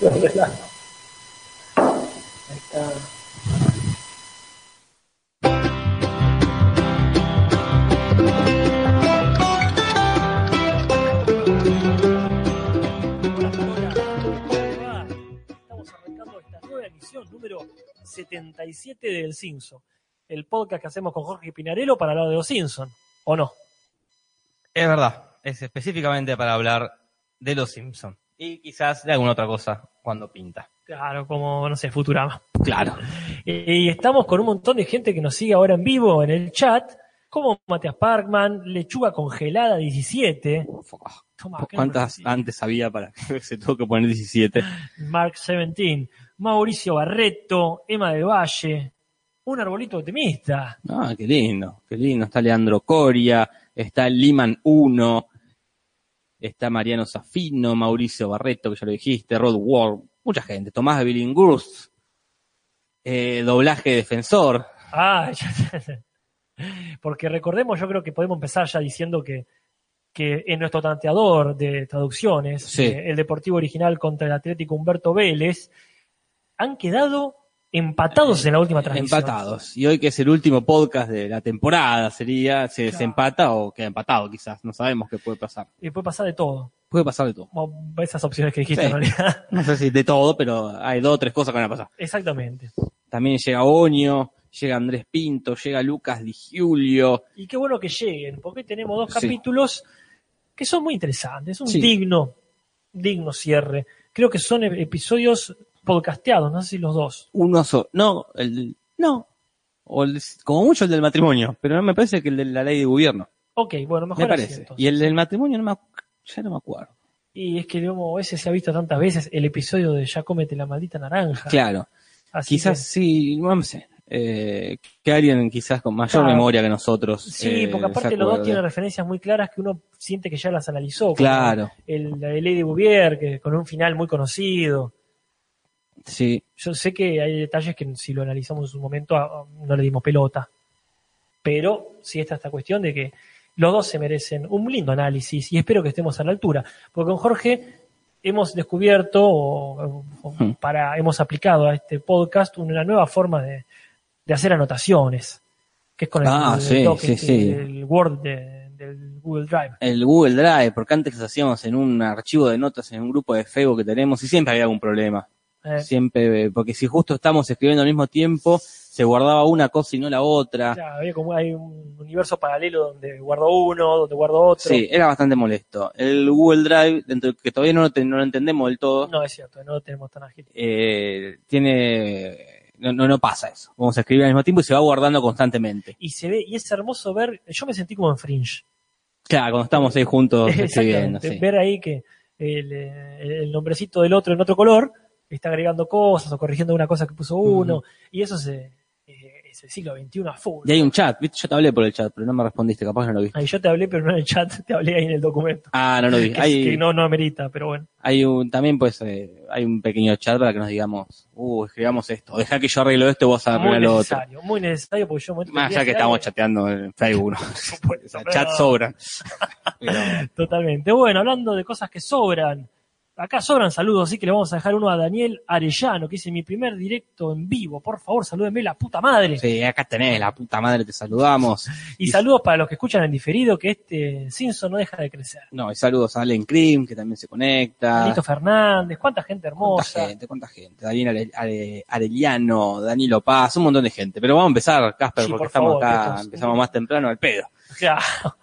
Lo relajo. Ahí está. Hola, hola, ¿cómo va? Estamos arrancando esta nueva emisión número 77 del Simpson, el podcast que hacemos con Jorge Pinarello para hablar de los Simpson, ¿o no? Es verdad, es específicamente para hablar de los Simpsons y quizás de alguna otra cosa cuando pinta. Claro, como, no sé, Futurama. Claro. Y estamos con un montón de gente que nos sigue ahora en vivo en el chat, como Matías Parkman, Lechuga Congelada 17, Toma, acá no ¿Cuántas lo- antes había para que se tuvo que poner 17? Mark 17, Mauricio Barreto, Emma del Valle, un arbolito optimista. Ah, qué lindo, qué lindo. Está Leandro Coria, está Liman 1, está Mariano Zafino, Mauricio Barreto, que ya lo dijiste, Rod Ward, mucha gente. Tomás de Billinghurst, eh, doblaje defensor. Ah, ya- porque recordemos, yo creo que podemos empezar ya diciendo que, que en nuestro tanteador de traducciones, Sí. eh, el Deportivo Original contra el Atlético Humberto Vélez, han quedado empatados en la última transmisión. Empatados. Y hoy que es el último podcast de la temporada, sería, se Claro. desempata o queda empatado quizás, no sabemos qué puede pasar. Y puede pasar de todo. Puede pasar de todo. Como Esas opciones que dijiste Sí. en realidad. No sé si de todo, pero hay dos o tres cosas que van a pasar. Exactamente. También llega Oño, llega Andrés Pinto, llega Lucas Di Giulio. Y qué bueno que lleguen, porque tenemos dos Sí. capítulos que son muy interesantes, un Sí. digno, digno cierre. Creo que son e- episodios podcasteados, no sé si los dos. Uno solo. No, el, no. O el- como mucho el del matrimonio, pero no me parece que el de la ley de gobierno. Ok, bueno, mejor me así, parece. entonces. Y el del matrimonio no me, ac- ya no me acuerdo. Y es que digamos, ese se ha visto tantas veces, el episodio de Ya cómete la maldita naranja. Claro. Así quizás que- sí, no sé. Eh, que alguien quizás con mayor Claro. memoria que nosotros. sí, eh, porque se aparte los dos acuerde. tienen referencias muy claras que uno siente que ya las analizó. como Claro, El, la de Lady Bouvier, que con un final muy conocido. sí. Yo sé que hay detalles que si lo analizamos en su momento a- a- no le dimos pelota. Pero sí está esta cuestión de que los dos se merecen un lindo análisis y espero que estemos a la altura. Porque con Jorge hemos descubierto o, o Hmm. para, hemos aplicado a este podcast una nueva forma de, de hacer anotaciones, que es con el, Ah, el sí, toque sí, este, sí. del Word de- del Google Drive. El Google Drive, porque antes los hacíamos en un archivo de notas, en un grupo de Facebook que tenemos, y siempre había algún problema. Eh, Siempre, eh, porque si justo estamos escribiendo al mismo tiempo, se guardaba una cosa y no la otra. ya, había como- hay un universo paralelo donde guardo uno, donde guardo otro. Sí, era bastante molesto. El Google Drive, dentro que todavía no lo, ten- no lo entendemos del todo, No, es cierto, no lo tenemos tan ágil. eh, tiene, no, no, no pasa eso. Vamos a escribir al mismo tiempo y se va guardando constantemente. y se ve, y es hermoso ver, yo me sentí como en Fringe. Claro, cuando estamos ahí juntos escribiendo, Exactamente, sí. ver ahí que el, eh, el nombrecito del otro en otro color está agregando cosas o corrigiendo una cosa que puso uno, y eso se, eh, es el siglo XXI a full. Y hay un chat, ¿viste? Yo te hablé por el chat, pero no me respondiste, capaz que no lo viste. Ahí yo te hablé, pero no en el chat, te hablé ahí en el documento. Ah, no lo vi. Que, Hay, que no, no amerita, pero bueno. hay un, también pues, eh, hay un pequeño chat para que nos digamos, uh, escribamos esto, deja que yo arreglo esto, vos Muy arreglo Ah, lo otro. necesario, muy necesario porque yo me Más allá que estamos chateando en Facebook, ¿no? O sea, chat sobra. Pero, Totalmente. Bueno, hablando de cosas que sobran, acá sobran saludos, así que le vamos a dejar uno a Daniel Arellano, que dice mi primer directo en vivo. Por favor, salúdenme la puta madre. sí, acá tenés, la puta madre, te saludamos. Y saludos para los que escuchan en diferido, que este Simpson no deja de crecer. No, y saludos a Allen Krim, que también se conecta. Lito Fernández, cuánta gente Ah. ¿Cuánta hermosa. gente? ¿Cuánta gente? Daniel Are- Are- Arellano, Danilo Paz, un montón de gente. Pero vamos a empezar, Casper, Sí, porque por estamos favor, acá, entonces. empezamos más temprano al pedo. Ya.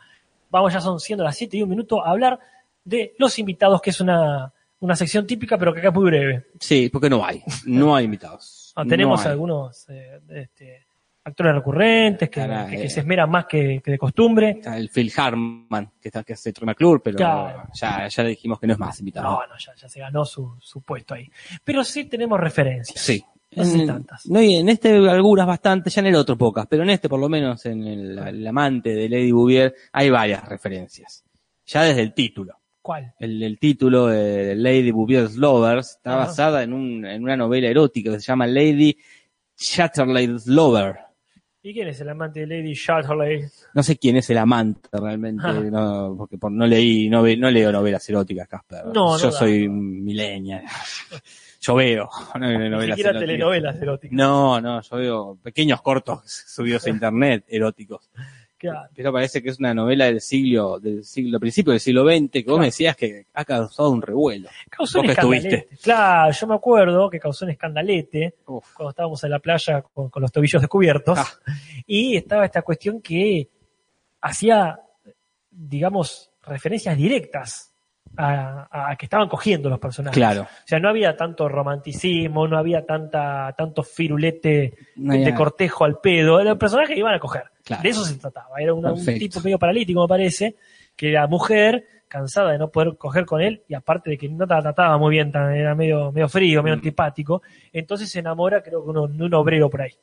Vamos, ya son siendo las 7 y un minuto a hablar de los invitados, que es una, una sección típica, pero que acá es muy breve. Sí, porque no hay, no hay invitados. Ah, tenemos No hay. algunos eh, este, actores recurrentes que, Caray, que- que eh. se esmeran más que- que de costumbre. Está el Phil Harman, que está que hace Troy McClure, pero Claro. ya, ya le dijimos que no es más invitado. No, no, ya, ya se ganó su, su puesto ahí. Pero sí tenemos referencias. Sí. No sé En- tantas. No, y en este algunas bastante, ya en el otro pocas, pero en este por lo menos, en el, el amante de Lady Bouvier, hay varias referencias. Ya desde el título. ¿Cuál? El, el título de Lady Bouvier's Lovers está Ajá. basada en, un- en una novela erótica que se llama Lady Chatterley's Lover. ¿Y quién es el amante de Lady Chatterley? No sé quién es el amante realmente, Ah. no, porque por- no leí, no, ve- no leo novelas eróticas, Casper. No, no Yo da. soy milenia. Yo veo no leo Ni novelas siquiera eróticas. telenovelas eróticas. No, no, yo veo pequeños cortos subidos a internet eróticos. Claro. Pero parece que es una novela del siglo, del siglo, principio del siglo XX, que vos me decías que ha causado un revuelo. Causó un Vos que escandalete. Claro, yo me acuerdo que causó un escandalete Uf. cuando estábamos en la playa con, con los tobillos descubiertos. Ah. Y estaba esta cuestión que hacía, digamos, referencias directas a, a que estaban cogiendo los personajes. Claro. O sea, no había tanto romanticismo, no había tanta, tanto firulete No de había- cortejo al pedo. Los personajes iban a coger. Claro. De eso se trataba. Era una- un Perfecto. tipo medio paralítico, me parece, que era mujer, cansada de no poder coger con él, y aparte de que no la trataba muy bien, tan- era medio, medio frío, medio Mm. antipático. Entonces se enamora, creo que uno- de un obrero por ahí.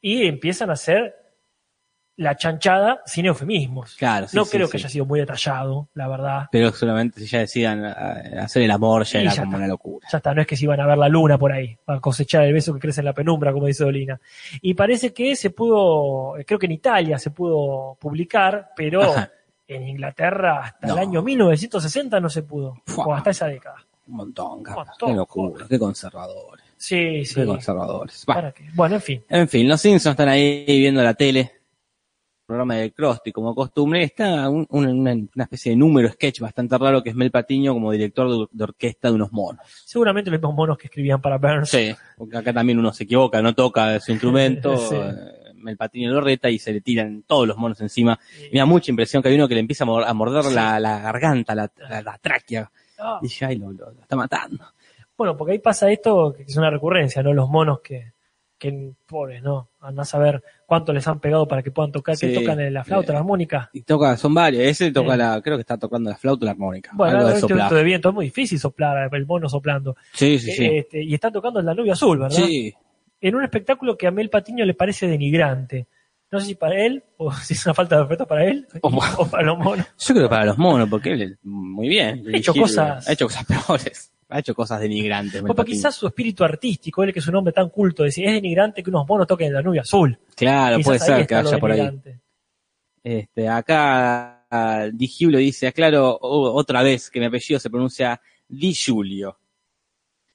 Y empiezan a hacer la chanchada sin eufemismos. Claro, sí, no sí, creo sí. que haya sido muy detallado, la verdad. Pero solamente si ya decían ah, hacer el amor, ya Y era ya como está. una locura. Ya está, no es que se iban a ver la luna por ahí, a cosechar el beso que crece en la penumbra, como dice Dolina. Y parece que se pudo, creo que en Italia se pudo publicar, pero Ajá. en Inglaterra hasta el No. año 1960 no se pudo, Fua. o hasta esa década. Un montón, Carlos. montón, Qué locura, qué conservadores. Sí, sí. Qué conservadores. Bah. ¿Para qué? Bueno, en fin. En fin, los Simpsons están ahí viendo la tele. Programa de Krusty, como costumbre. Está un- un- una, una especie de número sketch bastante raro que es Mel Patiño como director de, de orquesta de unos monos. Seguramente los mismos monos que escribían para Burns. Sí, porque acá también uno se equivoca, no toca su instrumento. Sí. eh, Mel Patiño lo reta y se le tiran todos los monos encima. Eh, Me da mucha impresión que hay uno que le empieza a mor- a morder la, la garganta, la, la- la tráquea. Ah, Y ya, ay, lo, lo- lo está matando. bueno, porque ahí pasa esto, que es una recurrencia, ¿no? Los monos que, que pobres, ¿no? Andás a saber cuánto les han pegado para que puedan tocar, que Sí. tocan en la flauta, Eh. la armónica. Y toca, son varios. Ese toca Sí. la, creo que está tocando la flauta o la armónica. Bueno, algo ahora de este viento soplar. de viento es muy difícil soplar, el mono soplando. Sí, sí, sí. Este, y están tocando el Danubio Azul, ¿verdad? sí. En un espectáculo que a Mel Patiño le parece denigrante. No sé si para él, o si es una falta de respeto para él, O- o para los monos. Yo creo que para los monos, porque él, muy bien. Ha hecho dirigir, cosas- Ha hecho cosas peores. Ha hecho cosas denigrantes. O para Patiño. quizás su espíritu artístico, él que es un hombre tan culto, decir, es denigrante que unos monos toquen el Danubio Azul. Claro, Quizás Ah, puede ahí ser que está lo vaya por ahí. denigrante. Este, acá ah, Di Giulio dice, aclaro o- otra vez que mi apellido se pronuncia Di Giulio.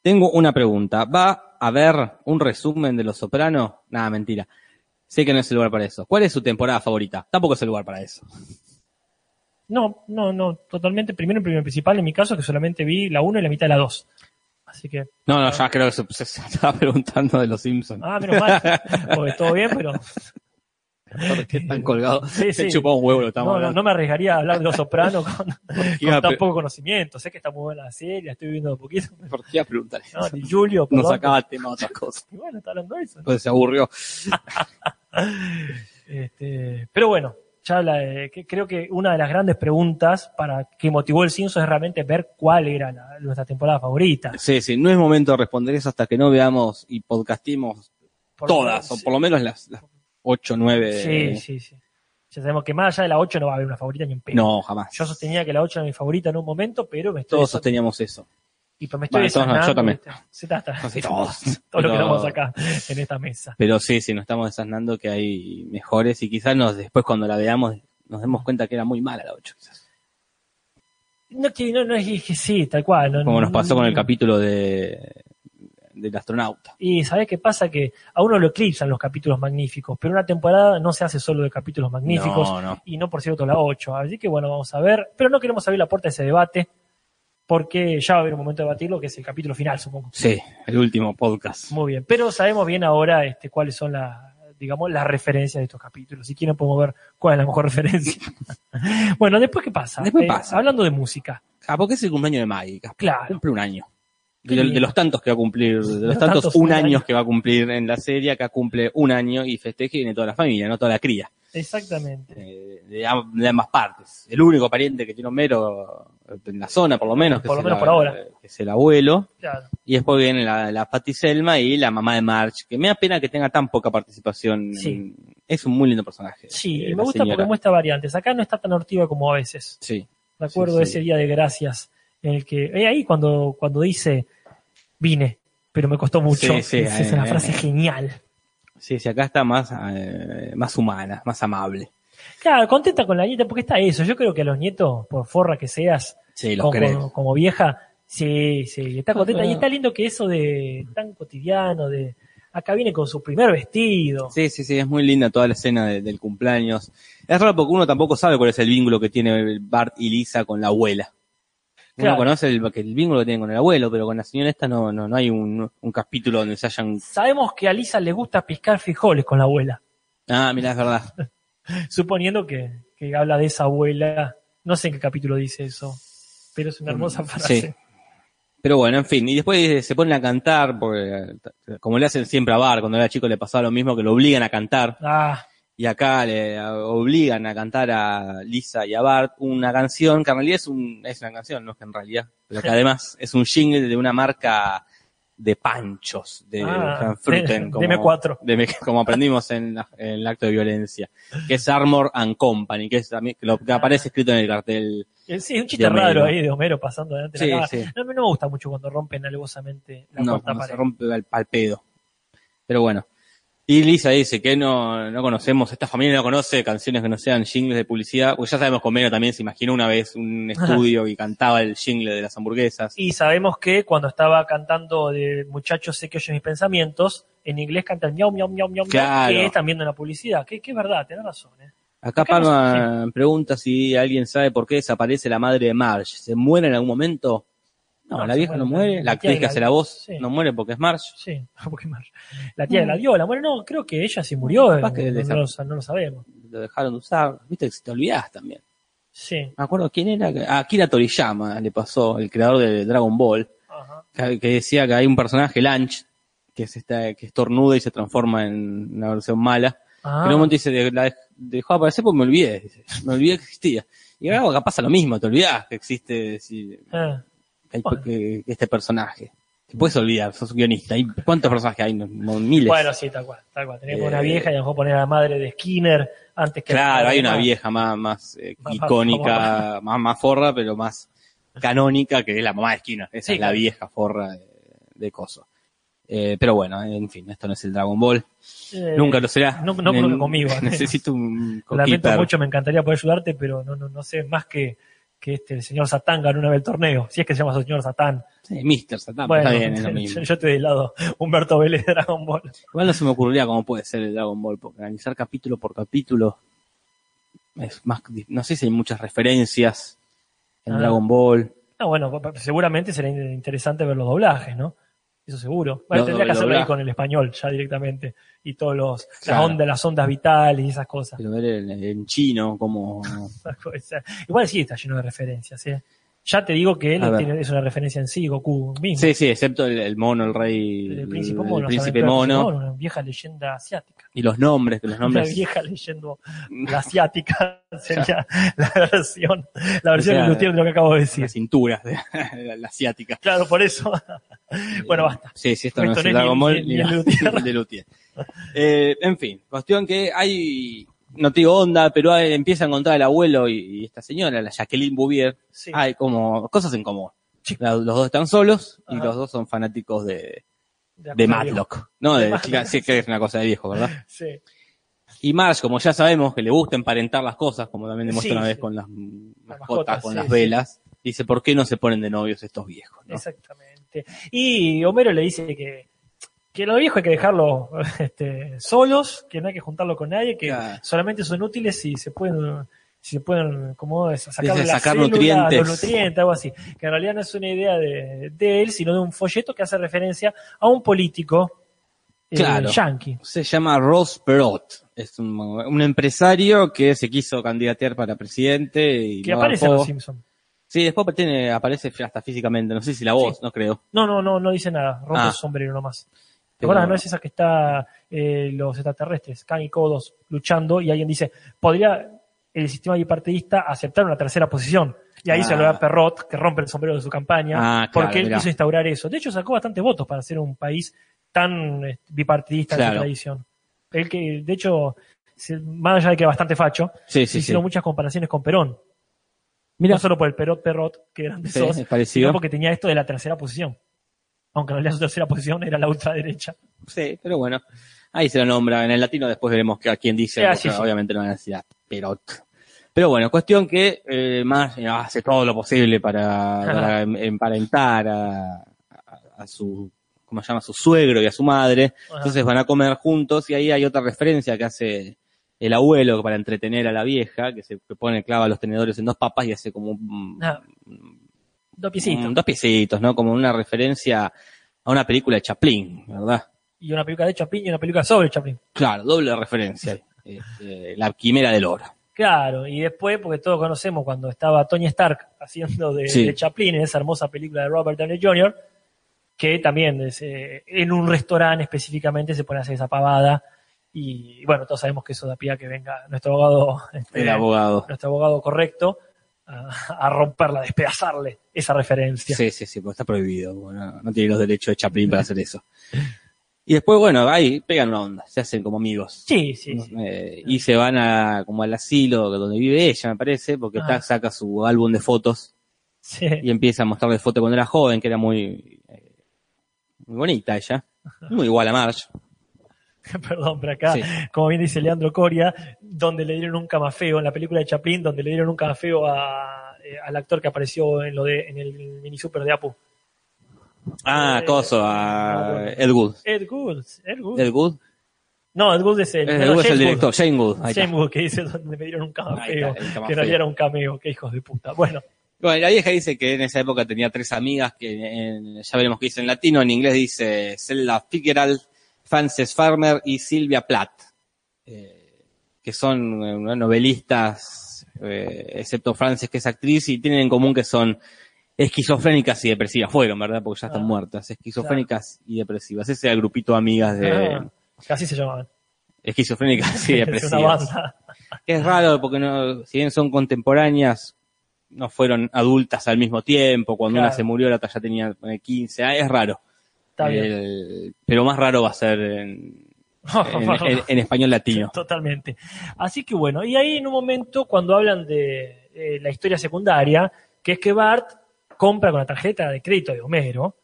Tengo una pregunta. ¿Va a haber un resumen de Los Sopranos? Nada, mentira. Sé que no es el lugar para eso. ¿Cuál es su temporada favorita? Tampoco es el lugar para eso. No, no, no, totalmente. Primero, en primer principal, en mi caso, que solamente vi la 1 y la mitad de la 2. Así que, No, no, ya creo que se, se estaba preguntando de Los Simpsons. ah, menos mal. Porque todo bien, pero Porque están colgados. Sí, Se sí. chupó un huevo, lo estamos no, no, hablando. no me arriesgaría a hablar de Los Sopranos con, Iba a con tan pre- poco conocimiento. Sé que está muy buena la serie, la estoy viendo de poquito. ¿Por qué iba a preguntar eso? No, ni Julio, Nos perdón, sacaba tema de otras cosas. pero- y bueno, está hablando de eso. ¿no? Entonces se aburrió. Este, pero bueno, ya la, eh, que- creo que una de las grandes preguntas para que motivó el Simpson es realmente ver cuál era la- nuestra temporada favorita. Sí, sí, no es momento de responder eso hasta que no veamos y podcastimos Por- todas, o sí, por lo menos las, las 8, 9. Sí, sí, sí. Ya sabemos que más allá de la 8 no va a haber una favorita ni un pedo. No, jamás. Yo sostenía que la 8 era mi favorita en un momento, pero me estoy, Todos desa- sosteníamos eso. y pues me estoy Bueno, todos no, yo desasnando, también. ¿viste? Sí, está, está. Así todos. Todo lo que Pero- damos acá en esta mesa. Pero sí, sí, nos estamos desasnando que hay mejores y quizás nos, después cuando la veamos nos demos cuenta que era muy mala la 8. Quizás. No, que, no, no, es que sí, tal cual. no- Como nos pasó con el no- capítulo de del astronauta. Y sabes qué pasa que a uno lo eclipsan los capítulos magníficos, pero una temporada no se hace solo de capítulos magníficos No, no. y no por cierto la 8. Así que bueno, vamos a ver, pero no queremos abrir la puerta a ese debate porque ya va a haber un momento de debatirlo que es el capítulo final, supongo. Sí, el último podcast. Muy bien, pero sabemos bien ahora este cuáles son las digamos las referencias de estos capítulos. Si quieren podemos ver cuál es la mejor referencia. bueno, después qué pasa? Eh, Después pasa. Hablando de música. Ah, porque es el cumpleaños de Maggie. Casper. Claro. Cumple un año. Qué De, de lindo. los tantos que va a cumplir, de los, los tantos, tantos un un año año. que va a cumplir en la serie, acá cumple un año y festeja y viene toda la familia, no toda la cría, Exactamente. eh, de, am- de ambas partes. El único pariente que tiene Homero eh, en la zona, por lo menos, que, Por es, lo el, menos por a- ahora. eh, que es el abuelo, Claro. y después viene la, la Patty Selma y la mamá de March, que me da pena que tenga tan poca participación. Sí. en- es un muy lindo personaje. Sí, eh, y la me gusta señora. porque muestra variantes. Acá no está tan hortiva como a veces. Sí, Me acuerdo Sí, de sí. ese día de gracias, en el que. eh, ahí cuando, cuando dice, vine, pero me costó mucho. Sí, sí, es, es una eh, frase eh. genial. Sí, sí, acá está más, eh, más humana, más amable. Claro, contenta con la nieta, porque está eso. Yo creo que a los nietos, por forra que seas, Sí, los como, querés. como- como vieja, sí, sí, está contenta. Ajá. Y está lindo que eso de tan cotidiano, de acá viene con su primer vestido. Sí, sí, sí, es muy linda toda la escena de- del cumpleaños. Es raro porque uno tampoco sabe cuál es el vínculo que tiene Bart y Lisa con la abuela. Uno Claro. conoce el, que el vínculo que tiene con el abuelo, pero con la señora esta no, no, no hay un, un capítulo donde se hayan... Sabemos que a Lisa le gusta piscar frijoles con la abuela, Ah, mirá, es verdad. suponiendo que, que habla de esa abuela. No sé en qué capítulo dice eso, pero es una hermosa Mm, frase. sí. Pero bueno, en fin, y después eh, se ponen a cantar, porque, eh, como le hacen siempre a Bart, cuando era chico le pasaba lo mismo, que lo obligan a cantar, Ah, y acá le eh, obligan a cantar a Lisa y a Bart una canción, que en realidad es, un, es una canción, no es que en realidad, pero que además es un jingle de una marca de panchos, de Ah, Van Fruten, de- como, DM4. de M- como aprendimos en, la- en el acto de violencia, que es Armor and Company, que es también- que lo que aparece escrito en el cartel. eh, sí, un chiste De Homero. raro ahí de Homero pasando delante de Sí, la cámara. sí. No, no me gusta mucho cuando rompen alevosamente la no, cuarta cuando se pared. rompe al, al pedo. Pero bueno. Y Lisa dice que no, no conocemos, esta familia no conoce canciones que no sean jingles de publicidad, porque ya sabemos que Homero también se imaginó una vez un estudio y cantaba el jingle de las hamburguesas. Y sabemos que cuando estaba cantando de Muchachos sé que oyes mis pensamientos, en inglés canta el miau, miau, miau, miau, miau, Claro. que es también de la publicidad. Que, que es verdad, tenés razón. ¿eh? Acá acá no Palma pregunta si alguien sabe por qué desaparece la madre de Marge. ¿Se muere en algún momento? No, No, la se vieja no muere. muere, la La tía actriz que de la- hace la voz sí. no muere porque es Marge. Sí, porque Mar- la tía de la viola. Bueno, no, creo que ella sí murió, eh, Capaz que no, desa- lo, sa- no lo sabemos. Lo dejaron de usar, viste que se te olvidás también. Sí. Me acuerdo quién era, a Akira Toriyama le pasó, el creador de Dragon Ball. Ajá. que que decía que hay un personaje, Lunch, que es esta, que estornuda y se transforma en una versión mala. Ah, Que en un momento dice, "De- la dej- dejó de aparecer porque me olvidé, dice, me olvidé que existía. Y ahora acá pasa lo mismo, te olvidás que existe si- eh, que hay- Bueno. que- que este personaje. Te puedes olvidar, sos un guionista. ¿Y ¿Cuántos personajes hay? No, no, miles. Bueno, sí, tal cual. Tal cual. Tenemos Eh, una vieja y a lo mejor poner a la madre de Skinner antes que. claro, hay una Ah, vieja más, más eh, Más- más icónica, más, más forra, pero más canónica, que es la mamá de esquina. Esa Sí, es la claro. vieja forra de, de coso. Eh, pero bueno, en fin, esto no es el Dragon Ball. eh, Nunca lo será. no- no creo que conmigo. Necesito un Lamento coquipar. mucho, me encantaría poder ayudarte, pero no, no, no sé más que, que este, el señor Satán ganó una vez el torneo. Si es que se llama señor Satán. Sí, Mr. Satan, bueno, Ah, pues está bien, es lo mismo. yo te doy el lado Humberto Vélez de Dragon Ball. Igual no se me ocurriría cómo puede ser el Dragon Ball, porque analizar capítulo por capítulo es más, di- no sé si hay muchas referencias en Ah. Dragon Ball. Ah, bueno, pa- pa- seguramente será in- interesante ver los doblajes, ¿no? Eso seguro. Bueno, Los tendría que hacerlo ahí doblajes. con el español ya directamente. Y todos los, Claro. las ondas, las ondas vitales y esas cosas. Pero ver en, en chino como Esas cosas. Igual sí está lleno de referencias, ¿eh? Ya te digo que él A ver. tiene- es una referencia en sí, Goku mismo. Sí, sí, excepto el, el mono, el rey, El príncipe el mono. las príncipe aventuras del mono, príncipe Una vieja leyenda asiática. y los nombres, que los Una nombres vieja leyendo la asiática sería la versión, la versión O sea, ilustrada de lo que acabo de decir. las cinturas de la, la asiática. Claro, por eso. Bueno, basta. Sí, sí, esto, no Esto es no el es Dragon ni- Ball ni- ni, ni la- el Luthier. ni el de Luthier. Eh, en fin, cuestión que hay, no te digo onda, pero hay- empieza a encontrar el abuelo y, y esta señora, la Jacqueline Bouvier. Sí. Hay como cosas en común. Sí. La- los dos están solos y Ajá. los dos son fanáticos de, De de acuerdo. Matlock. No, De de, Matlock. chica, sí, que es una cosa de viejo, ¿verdad? Sí. Y Marge, como ya sabemos que le gusta emparentar las cosas, como también demuestra Sí, una vez sí. con las mm, mascotas, mascotas, con sí, las sí. velas, dice, ¿por qué no se ponen de novios estos viejos? no?" Exactamente. Y Homero le dice que, que lo viejo hay que dejarlo este, solos, que no hay que juntarlo con nadie, que Claro. solamente son útiles si se pueden, si se pueden, como eh, es, sacar, Dice, las sacar células, nutrientes. los nutrientes, algo así. Que en realidad no es una idea de, de él, sino de un folleto que hace referencia a un político eh, Claro. yankee. Se llama Ross Perot. Es un, un empresario que se quiso candidatear para presidente y Que no aparece en garpó. los Simpsons. Sí, después tiene, aparece hasta físicamente, no sé si la voz, Sí. no creo. No, no, no, no dice nada. Rompe Ah. su sombrero nomás. ¿Te Pero- acuerdas? No es esa que está eh, los extraterrestres, Khan y Kodos, luchando y alguien dice, ¿podría el sistema bipartidista aceptar una tercera posición? Y ahí Ah. se lo da Perrot, que rompe el sombrero de su campaña, Ah, claro, porque él mirá. quiso instaurar eso. De hecho, sacó bastantes votos para ser un país tan eh, bipartidista en Claro. su tradición. Él que, de hecho, se- más allá de que era bastante facho, Sí, se sí, sí. hicieron muchas comparaciones con Perón. Mirá. No solo por el Perot Perrot, que eran de Sí, esos, es sino parecido. porque tenía esto de la tercera posición. Aunque en realidad su tercera posición era la ultraderecha. Sí, pero bueno. Ahí se lo nombra. En el latino después veremos que a quién dice, Ah, sí, porque sí. obviamente no van a decir ah, Perot. Pero bueno, cuestión que eh, más eh, hace todo lo posible para, Ajá. para em- emparentar a, a- a su, ¿cómo se llama? A su suegro y a su madre. Ajá. Entonces van a comer juntos y ahí hay otra referencia que hace el abuelo para entretener a la vieja, que se que pone clava los tenedores en dos papas y hace como un, Ah, dos piecitos. un- dos piecitos, ¿no? Como una referencia a una película de Chaplin, ¿verdad? Y una película de Chaplin y una película sobre Chaplin. Claro, doble referencia. Eh, eh, la quimera del oro. Claro, y después, porque todos conocemos cuando estaba Tony Stark haciendo de, Sí. de Chaplin en esa hermosa película de Robert Downey Jr., que también es, eh, en un restaurante específicamente se pone a hacer esa pavada. Y bueno, todos sabemos que eso da pie a que venga nuestro abogado, este, El abogado. nuestro abogado correcto, a, a romperla, a despedazarle esa referencia. Sí, sí, sí, porque está prohibido. bueno, no tiene los derechos de Chaplin para hacer eso. Y después, bueno, ahí pegan una onda, se hacen como amigos. Sí, sí, ¿no? sí. Eh, y se van a como al asilo donde vive ella, me parece, porque Ah. Tac saca su álbum de fotos sí. y empieza a mostrarle fotos cuando era joven, que era muy, eh, muy bonita ella, muy igual a Marge. Perdón, pero acá, Sí. como bien dice Leandro Coria, donde le dieron un camafeo, en la película de Chaplin, donde le dieron un camafeo a- eh, al actor que apareció en lo de en el mini super de Apu. Ah, Eh, coso, ah, a bueno. Ed Wood. Ed Wood, Ed Wood. Ed Wood, No, Ed Wood es el, Eh, no, Ed Wood es el James director, Shane Wood. Wood. ahí está. James Wood, que dice donde me dieron un Ahí camafeo, está, el que en camafeo. realidad era un cameo, que hijos de puta. Bueno, Bueno, la vieja dice que en esa época tenía tres amigas que en- ya veremos qué dice en latino, en inglés dice Zelda Fitzgerald, Frances Farmer y Silvia Plath, eh, que son eh, unas novelistas, eh, excepto Frances que es actriz, y tienen en común que son esquizofrénicas y depresivas, fueron, ¿verdad? Porque ya están Ah, muertas, esquizofrénicas y depresivas. Ese era el grupito de amigas de ah, así se llamaban. esquizofrénicas y es una depresivas. banda. Que es raro porque no, si bien son contemporáneas, no fueron adultas al mismo tiempo. Cuando Claro. una se murió, la otra ya tenía ponele, 15. Ah, es raro. Eh, Está bien. El- pero más raro va a ser en, en- en- en español latino. Totalmente. Así que bueno, y ahí en un momento cuando hablan de eh, la historia secundaria, que es que Bart compra con la tarjeta de crédito de Homero,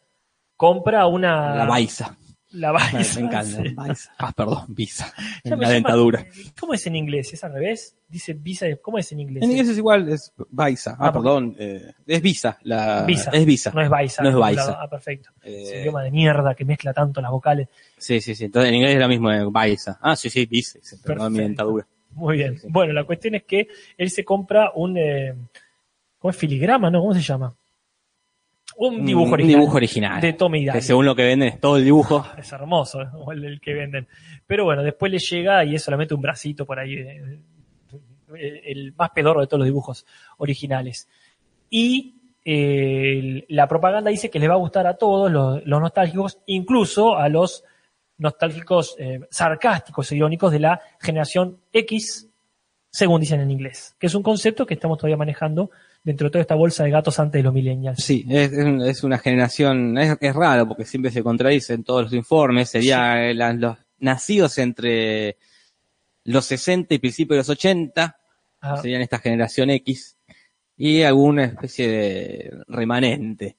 compra una... La Baiza. La Me, Baiza, me encanta. Ah. sí. Baiza. Ah, perdón, Visa. Ya me la llama- dentadura. ¿Cómo es en inglés? ¿Es al revés? Dice Visa, ¿cómo es en inglés? En inglés es igual, es Baiza. Ah, Ah, porque- perdón. eh, es Visa. La, Visa. Es Visa. No es Baiza. No es en ningún Baiza. lado. Ah, perfecto. Eh, Ese idioma de mierda que mezcla tanto las vocales. sí, sí, sí. Entonces en inglés es lo mismo, eh, Baiza. Ah, sí, sí, Visa. dice, Perdón, mi Perfecto. dentadura. Muy bien. Sí. Bueno, la cuestión es que él se compra un... eh, ¿Cómo es? Filigrama, ¿no? ¿Cómo se llama? Un dibujo Un original. dibujo original. de Tommy Daly. que según lo que venden es todo el dibujo. Es hermoso, ¿no? el, el que venden. Pero bueno, después le llega y es solamente un bracito por ahí, eh, el, el más pedorro de todos los dibujos originales. Y eh, el- la propaganda dice que les va a gustar a todos los, los nostálgicos, incluso a los nostálgicos eh, sarcásticos e irónicos de la generación X, según dicen en inglés, que es un concepto que estamos todavía manejando dentro de toda esta bolsa de gatos antes de los millennials. Sí, es, es un- es una generación, es, es raro porque siempre se contradicen todos los informes, sería eh, la- los nacidos entre los 60 y principios de los 80, Ah, serían esta generación X, y alguna especie de remanente.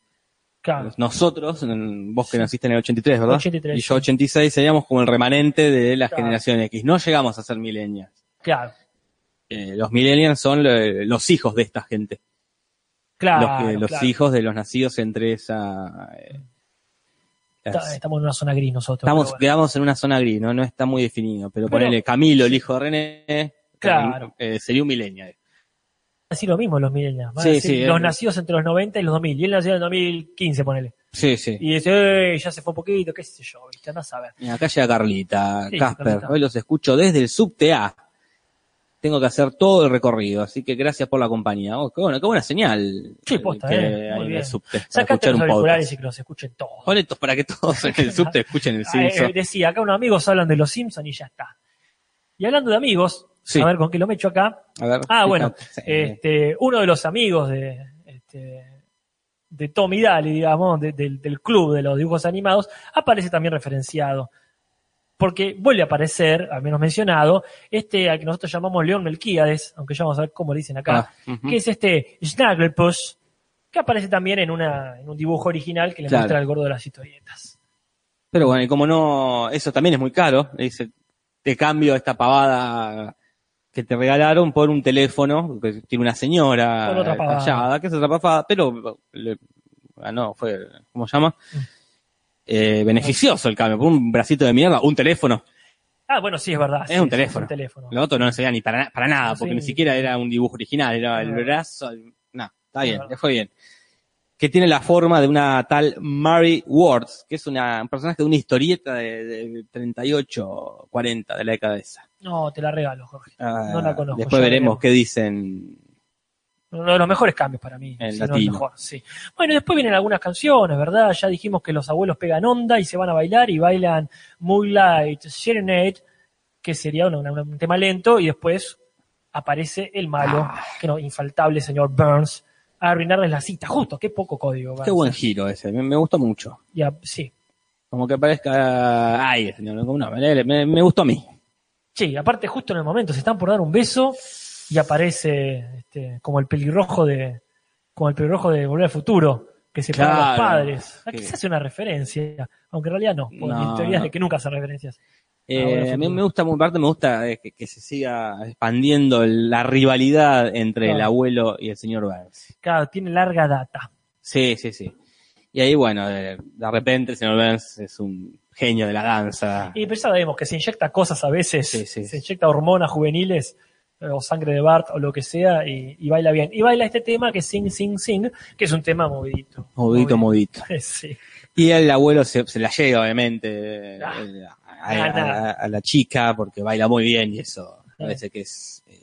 claro. Nosotros, mm, vos que naciste en el 83, ¿verdad? 83, y yo 86, seríamos como el remanente de la Claro. generación X, no llegamos a ser millennials. claro. Eh, los millennials son eh, los hijos de esta gente. Claro, los, que- los claro. hijos de los nacidos entre esa... eh, Está- las- estamos en una zona gris nosotros. estamos, pero bueno. quedamos en una zona gris, ¿no? No está muy definido, pero, Pero- ponele Camilo, el hijo de René, Claro. eh, sería un millennial. Así lo mismo los millennials. van a Sí, decir, sí, los eh. nacidos entre los 90 y los 2000. Y él nació en el 2015, ponele. Sí, sí. Y dice, "Eh, ya se fue un poquito, qué sé yo, viste, andá a saber. Mira, Acá llega Carlita, Sí, Casper, Carlita. hoy los escucho desde el subte A. Tengo que hacer todo el recorrido, así que gracias por la compañía. Oh, qué, bueno, qué buena señal. Sí, posta, que eh, hay muy en bien. el subte. para Sacate escuchar los un auriculares podcast. y que los escuchen todos. Pon estos para que todos en el subte escuchen el Ah, eh, Simpson. decía, acá unos amigos hablan de los Simpsons y ya está. Y hablando de amigos, Sí. a ver con qué lo me echo acá. A ver, Ah, bueno, fíjate. Sí. Este, uno de los amigos de, este, de Tommy Daly, digamos, de- del- del club de los dibujos animados, aparece también referenciado. Porque vuelve a aparecer, al menos mencionado, este al que nosotros llamamos León Melquíades, aunque ya vamos a ver cómo le dicen acá, Ah, ujú. que es este Snagglepuss, que aparece también en, una, en un dibujo original que le Claro. muestra el gordo de las historietas. Pero bueno, y como no, eso también es muy caro, dice, te cambio esta pavada que te regalaron por un teléfono que tiene una señora Por otra pavada. tallada, que es otra pavada, pero le- ah, no, fue, ¿cómo se llama? Mm. Eh, beneficioso el cambio, por un bracito de mierda, un teléfono. Ah, bueno, sí, es verdad. Es sí, un sí, teléfono. Lo otro no servía ni para, na- para nada, Sí. porque ni siquiera era un dibujo original, era el Ah. brazo. el- No, está Es bien, verdad. le fue bien. Que tiene la forma de una tal Mary Ward, que es una, un personaje de una historieta de, de 38, 40 de la década esa. No, te la regalo, Jorge. Ah, No la conozco, Después ya veremos veremos. qué dicen. Uno de los mejores cambios para mí. El si no latino. mejor, sí. Bueno, y después vienen algunas canciones, ¿verdad? Ya dijimos que los abuelos pegan onda y se van a bailar y bailan Moonlight Serenade, que sería una- una- un tema lento, y después aparece el malo, Ah. que no, infaltable señor Burns, a arruinarles la cita. Justo, qué poco código. Qué Burns. buen giro ese, me, me gustó mucho. Y a- sí. Como que parezca. Ay, señor, como no, me, me- me gustó a mí. Ah, Sí, aparte justo en el momento se están por dar un beso y aparece este, como el pelirrojo de como el pelirrojo de Volver al Futuro que se a los Claro. padres. Aquí Sí. se hace una referencia, aunque en realidad no, porque No, mi teoría es no. de que nunca hacen referencias. Eh, Ah, bueno, a mí futuro. me gusta, por parte me gusta eh, que, que se siga expandiendo la rivalidad entre el Claro. abuelo y el señor Burns. Claro, tiene larga data. Sí, sí, sí. Y ahí, bueno, eh, de repente el señor Burns es un genio de la danza. Y pues ya sabemos que se inyecta cosas a veces, Sí, sí. se inyecta hormonas juveniles eh, o sangre de Bart o lo que sea y, y baila bien. Y baila este tema que es Sing Sing Sing, que es un tema movidito. Modito, modito. Sí. Y el abuelo se, se la llega, obviamente, eh, Ah, eh, a, a- nada. a- a la chica porque baila muy bien y eso parece que es eh,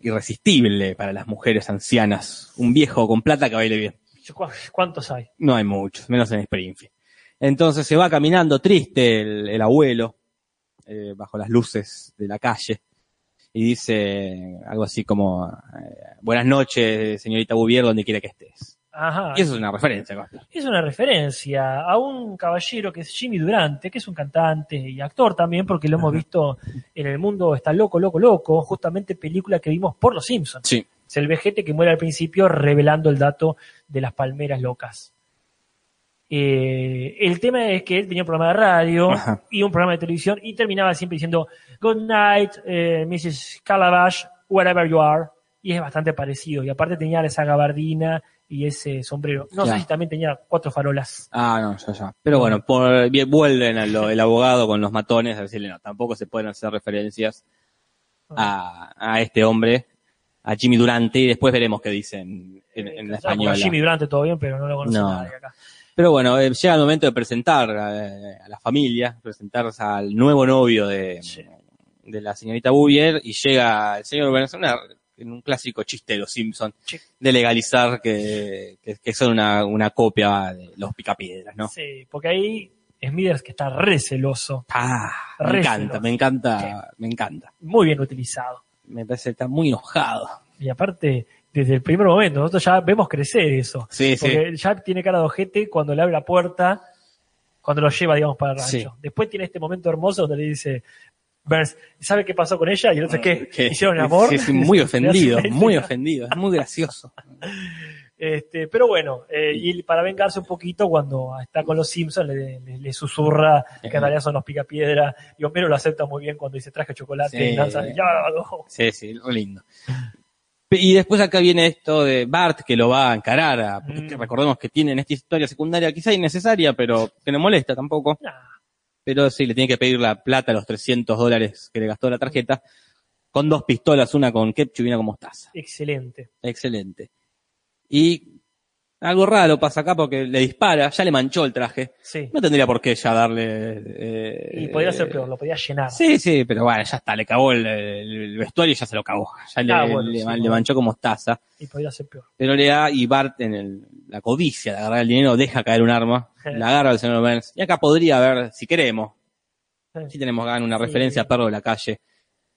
irresistible para las mujeres ancianas. Un viejo con plata que baile bien. ¿Cu- ¿Cuántos hay? No hay muchos, menos en Springfield. Entonces se va caminando triste el, el abuelo eh, bajo las luces de la calle y dice algo así como eh, Buenas noches, señorita Bouvier, donde quiera que estés. Ajá. Y eso es una referencia. Costa. Es una referencia a un caballero que es Jimmy Durante, que es un cantante y actor también, porque lo hemos Ajá. visto en el mundo está loco, loco, loco, justamente película que vimos por Los Simpsons. Sí. Es el vejete que muere al principio revelando el dato de las palmeras locas. Eh, el tema es que él tenía un programa de radio Ajá. y un programa de televisión y terminaba siempre diciendo Good night, eh, Mrs. Calabash, wherever you are. Y es bastante parecido. Y aparte tenía esa gabardina y ese sombrero. No Claro. sé si también tenía cuatro farolas. Ah, no, ya, ya. Pero bueno, por, bien, vuelven a lo- el abogado con los matones a decirle, no, tampoco se pueden hacer referencias a, a este hombre, a Jimmy Durante, y después veremos qué dicen en, en la Pensaba, porque española. Jimmy Durante todo bien, pero no lo conoce No. nadie acá. Pero bueno, eh, llega el momento de presentar eh, a la familia, presentarse al nuevo novio de, Sí. de la señorita Bouvier, y llega el señor Bernasona en un clásico chiste de los Simpsons, Sí. de legalizar que, que, que son una, una copia de los picapiedras, ¿no? Sí, porque ahí Smithers que está re celoso, Ah, me Re encanta, celoso. me encanta, me encanta. muy bien utilizado. Me parece que está muy enojado. Y aparte, desde el primer momento, nosotros ya vemos crecer eso. Sí, sí. Porque ya tiene cara de ojete cuando le abre la puerta, cuando lo lleva, digamos, para el rancho. Sí. Después tiene este momento hermoso donde le dice, Burns, ¿sabe qué pasó con ella? Y el otro, ¿qué? Que- ¿Hicieron el amor? Sí, sí, muy ofendido, Le hace una muy escena. ofendido, es muy gracioso. Este, pero bueno, eh, y para vengarse un poquito, cuando está con los Simpsons, le, le- le susurra que en realidad son los picapiedra, y Homero lo acepta muy bien cuando dice traje chocolate Sí. y lanza, "Ya, no". Sí, sí, re lindo. Pe- Y después acá viene esto de Bart que lo va a encarar, a- Mm. que recordemos que tienen esta historia secundaria quizá innecesaria, pero que no molesta tampoco. Nah, Pero sí, le tiene que pedir la plata, los 300 dólares que le gastó la tarjeta, con dos pistolas, una con ketchup y una con mostaza. excelente. Excelente. Y algo raro pasa acá porque le dispara, ya le manchó el traje. Sí. No tendría por qué ya darle. eh, Y podría ser peor, lo podía llenar. Sí, sí, pero bueno, ya está, le cagó el, el vestuario y ya se lo cagó. Ya le, Ah, bueno, le- sí, le bueno. manchó como taza. Y podría ser peor. Pero le da y Bart en el- la codicia de agarrar el dinero deja caer un arma, la agarra al señor Burns. Y acá podría haber, si queremos, Eh, si tenemos acá una Sí. referencia a Perro de la Calle,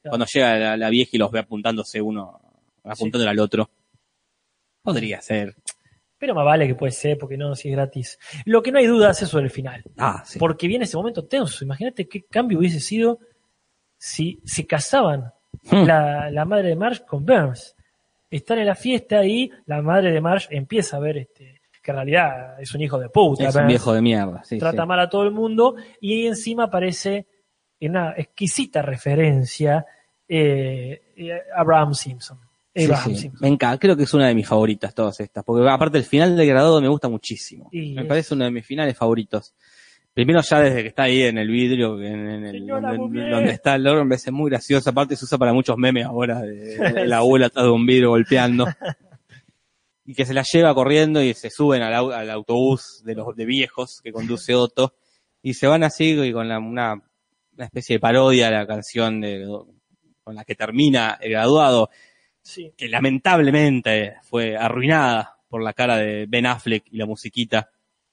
cuando llega la, la vieja y los ve apuntándose uno, apuntándole al otro. Podría ser. Pero más vale que puede ser, porque no, si es gratis. Lo que no hay dudas es sobre el final. Ah, sí. Porque viene ese momento tenso. Imagínate qué cambio hubiese sido si se casaban Hmm. la, la madre de Marge con Burns. Están en la fiesta y la madre de Marge empieza a ver este, que en realidad es un hijo de puta. Es un ¿verdad? viejo de mierda. Sí, trata sí. mal a todo el mundo y ahí encima aparece en una exquisita referencia eh, eh, Abraham Simpson. Sí, Abraham sí. Simpson. Me encanta, creo que es una de mis favoritas todas estas, porque aparte el final de Graduado me gusta muchísimo. Y me es- parece uno de mis finales favoritos. Primero ya desde que está ahí en el vidrio, en, en el, Señora donde, Bouvier. donde está el loro, me parece muy gracioso. Aparte se usa para muchos memes ahora, de, de la abuela atrás de un vidrio golpeando. Y que se la lleva corriendo y se suben al, au- al autobús de los de viejos que conduce Otto. Y se van así y con la- una, una especie de parodia a la canción de, con la que termina el graduado Sí. que lamentablemente fue arruinada por la cara de Ben Affleck y la musiquita.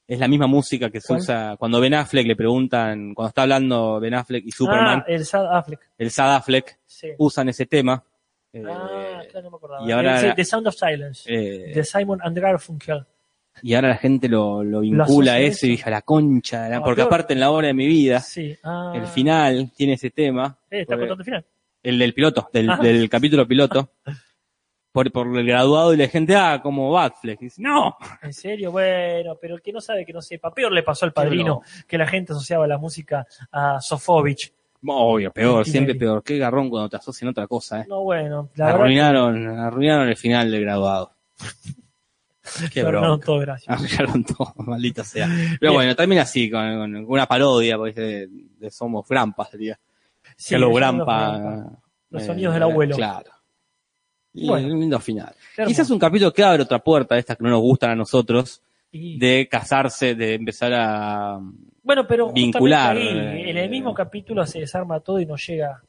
Es la misma música que se ¿Cuál? usa cuando Ben Affleck le preguntan, cuando está hablando Ben Affleck y Superman, Ah, el Sad Affleck. el Sad Affleck, Sí. usan ese tema. Uh, eh, ah, claro, no me acordaba. y ahora- Sí, The Sound of Silence. eh, de Simon and Garfunkel. y ahora la gente lo, lo vincula a asocia eso y eso. dice, a la concha, la-". Ah, porque peor. aparte en la obra de mi vida, Sí. Ah. el final tiene ese tema. Eh, está porque- contando el final. El del piloto, del, Ah. del capítulo piloto. Por, por el graduado y la gente, ah, como Batfleck. Y Dice, no, En serio, bueno, pero el que no sabe que no sepa. Peor le pasó al padrino que la gente asociaba la música a Sofovich. Obvio, peor, Y siempre Mary. peor. Qué garrón cuando te asocian a otra cosa, ¿eh? No, bueno, la verdad Arruinaron, arruinaron el final del graduado. Qué que no, bronca. todo gracias. Arruinaron todo, maldita sea. Pero bueno, termina así, con, con una parodia, porque de, de Somos Grampa sería. Sí, que Ah, lo los Grampa. Los eh, sonidos del abuelo. Claro. Y Bueno. un lindo final. Qué Quizás hermoso. un capítulo que abre otra puerta de estas que no nos gustan a nosotros, Y- de casarse, de empezar a. Bueno, pero justamente vincular, ahí, eh, en el mismo capítulo se desarma todo y no llega,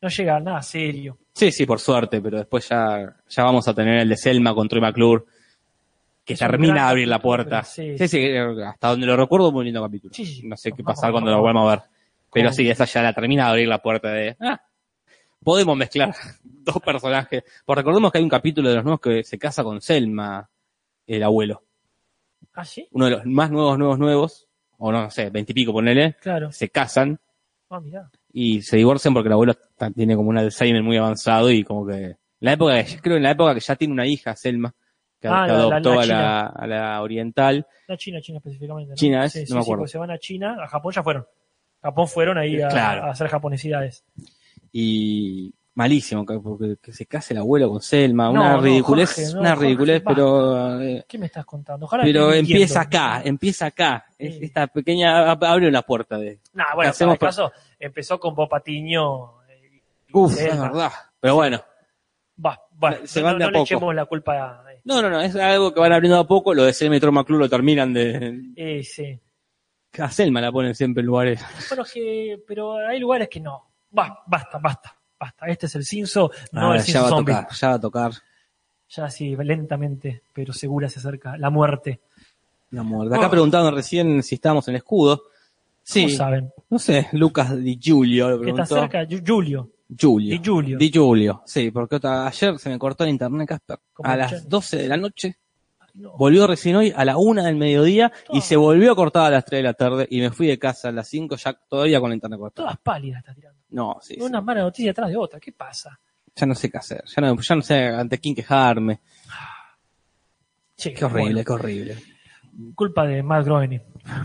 no llega a nada serio. Sí, sí, por suerte, pero después ya, ya vamos a tener el de Selma con Troy McClure, que Es un termina de gran abrir la capítulo, puerta. Sí sí, sí, eh, hasta donde lo recuerdo, muy lindo capítulo. Sí, sí. No sé qué Vamos, pasar cuando lo vamos. vuelva a ver. Pero Con- sí, esa ya la termina de abrir la puerta de. ah, podemos mezclar dos personajes. Pues recordemos que hay un capítulo de los nuevos que se casa con Selma, el abuelo. ¿Ah, sí? Uno de los más nuevos, nuevos, nuevos, o no, no sé, veintipico, ponele, Claro. se casan Ah, mirá. y se divorcian porque el abuelo ta- tiene como un Alzheimer muy avanzado y como que la época que- creo en la época que ya tiene una hija Selma que, Ah, que la- la- la adoptó a china. la, a la oriental La China, China específicamente. ¿no? China es, Sí, no sí, me sí, acuerdo. porque se van a China, a Japón ya fueron. Japón fueron ahí a, Claro. a hacer japonesidades. y malísimo que, porque- que se case el abuelo con Selma No, una no, ridiculez Jorge, no, una Jorge, ridiculez basta. pero eh, ¿Qué me estás contando? Ojalá pero esté mintiendo. empieza acá empieza acá Es- Sí. esta pequeña ab- abre una puerta de Nah, bueno, Hacemos en todo caso, empezó con Bob Patiño. eh, y uff es Selma. verdad pero bueno Va, va, Se no- van no, de a no le poco. echemos la culpa. a- eh, no no no es algo que van abriendo a poco lo de Selma y Troy McClure lo terminan de Eh, sí. a Selma la ponen siempre en lugares Bueno, que, pero hay lugares que no. Va, basta, basta, basta. Este es el cinzo, no Ah, el ya cinzo va zombie. a tocar, ya va a tocar Ya así, lentamente, pero segura se acerca la muerte. la muerte. Acá Oh. preguntaban recién si estábamos en escudo. Sí, ¿Cómo saben? no sé, Lucas Di Giulio lo Que está preguntó. cerca Ju- Julio. Giulio. Di Giulio. Di Giulio, sí, porque otra- ayer se me cortó el internet, Casper. Como A el las Chano. 12 de la noche, No, volvió recién hoy a la 1 del mediodía y Ah. se volvió a cortar a las 3 de la tarde y me fui de casa a las 5 ya todavía con la internet cortada. todas pálidas está tirando. No, sí, sí. Una mala noticia atrás de otra. ¿Qué pasa? ya no sé qué hacer, ya no, ya no sé ante quién quejarme. Che, Qué horrible, qué horrible. bueno, culpa de Matt Groening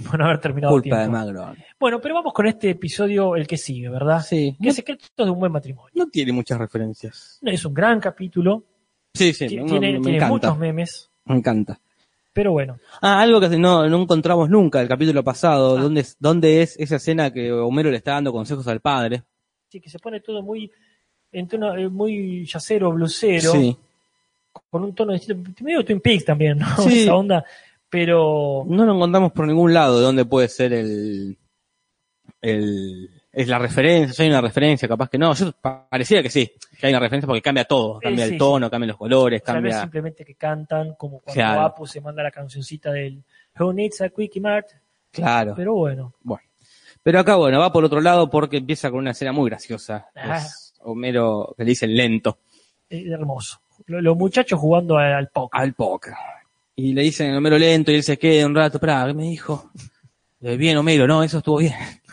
por no haber terminado a Culpa de tiempo. Magro. Bueno, pero vamos con este episodio, el que sigue, ¿verdad? Sí, Que es secretos de un buen matrimonio. no tiene muchas referencias. Es un gran capítulo. Sí, sí, Ti- me- tiene me tiene encanta. muchos memes. Me encanta. Pero bueno, Ah, algo que no, no encontramos nunca el capítulo Ah. pasado, ¿dónde, es- dónde es esa escena que Homero le está dando consejos al padre? sí, que se pone todo muy en tono eh, muy yacero, blusero, sí. con un tono distinto, medio Twin Peaks también, ¿no? Sí. Esa onda, pero No lo encontramos por ningún lado de dónde puede ser el, el es la referencia, si hay una referencia, capaz que no, yo pa- parecía que sí, que hay una referencia porque cambia todo, Eh, cambia sí, el sí. tono, cambian los colores, tal vez cambia simplemente que cantan, como cuando Claro. Apu se manda la cancioncita del Who Needs a Quickie Mart, claro. pero bueno, Pero acá bueno, va por otro lado porque empieza con una escena muy graciosa. Ah. Es Homero que le dicen lento. eh, hermoso. Lo- Los muchachos jugando al, al póker. al póker. Y le dicen el Homero lento y él se queda un rato, pará, ¿qué me dijo? Eh, Bien, Homero, no, eso estuvo bien.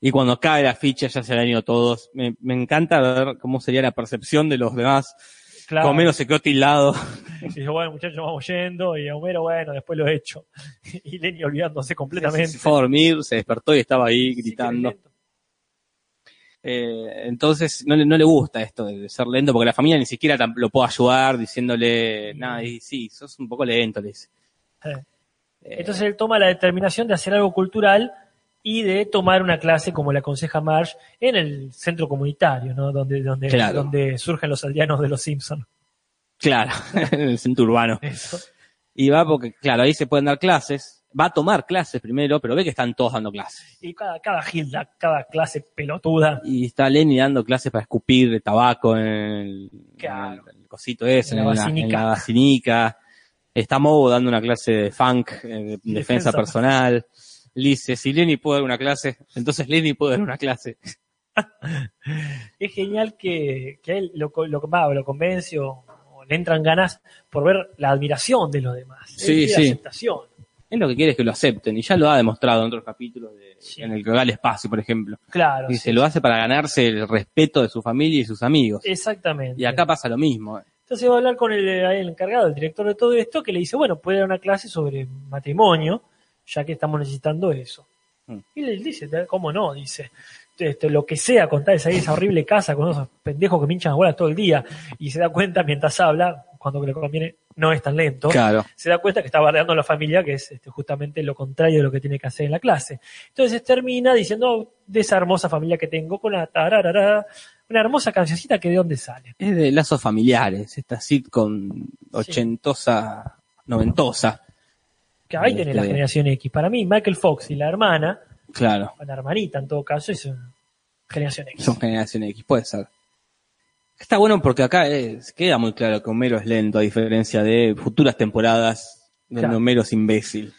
Y cuando cae la ficha ya se han ido todos. Me, me encanta ver cómo sería la percepción de los demás Claro. Comero se quedó tildado. Y dijo, bueno, muchachos, vamos yendo. Y Homero, bueno, después lo he hecho. Y Lenny olvidándose completamente. Se fue a dormir, se despertó y estaba ahí Sí, gritando. qué lento. Eh, entonces no le, no le gusta esto de ser lento porque la familia ni siquiera tam- lo puede ayudar Mm. diciéndole, nada, y sí, sos un poco lento, le dice. Eh. Eh, Entonces él toma la determinación de hacer algo cultural y de tomar una clase, como le aconseja Marge, en el centro comunitario, ¿no? Donde, donde, Claro. donde surgen los aldeanos de los Simpsons. claro, en el centro urbano. Eso. Y va porque, claro, ahí se pueden dar clases, va a tomar clases primero, pero ve que están todos dando clases. Y cada, cada gilda, cada clase pelotuda. Y está Lenny dando clases para escupir de tabaco en el, Claro. en el cosito ese, En la en, la, basinica. en la basinica. Está Moe dando una clase de funk, eh, de defensa Defensa. personal. Le dice, si Lenny puede dar una clase, entonces Lenny puede dar una clase. Es genial que, que a él lo, co- lo, va, lo convence o, o le entran ganas por ver la admiración de los demás. Él Sí, quiere sí. aceptación. Él lo que quiere es que lo acepten, y ya lo ha demostrado en otros capítulos, de- Sí. en el que va al espacio, por ejemplo. Claro. y sí, se lo hace para ganarse el respeto de su familia y sus amigos. Eh, Exactamente. Y acá pasa lo mismo. Entonces va a hablar con el, el encargado, el director de todo esto, que le dice, bueno, puede dar una clase sobre matrimonio, ya que estamos necesitando eso. Mm. Y le dice, ¿cómo no? Dice, este, lo que sea con tal de salir de esa horrible casa con esos pendejos que me hinchan las bolas todo el día. Y se da cuenta mientras habla, cuando le conviene, no es tan lento. Claro. Se da cuenta que está bardeando a la familia, que es este, justamente lo contrario de lo que tiene que hacer en la clase. Entonces termina diciendo, "Oh, de esa hermosa familia que tengo, con la tararara, una hermosa cancioncita que de dónde sale. Es de lazos familiares, esta sitcom ochentosa, noventosa. Que ahí Este- tenés la generación X. Para mí, Michael Fox y la hermana, Claro. o la hermanita en todo caso, es una generación X. Son generación X, puede ser. Está bueno porque acá es- queda muy claro que Homero es lento, a diferencia de futuras temporadas donde Claro. Homero es imbécil.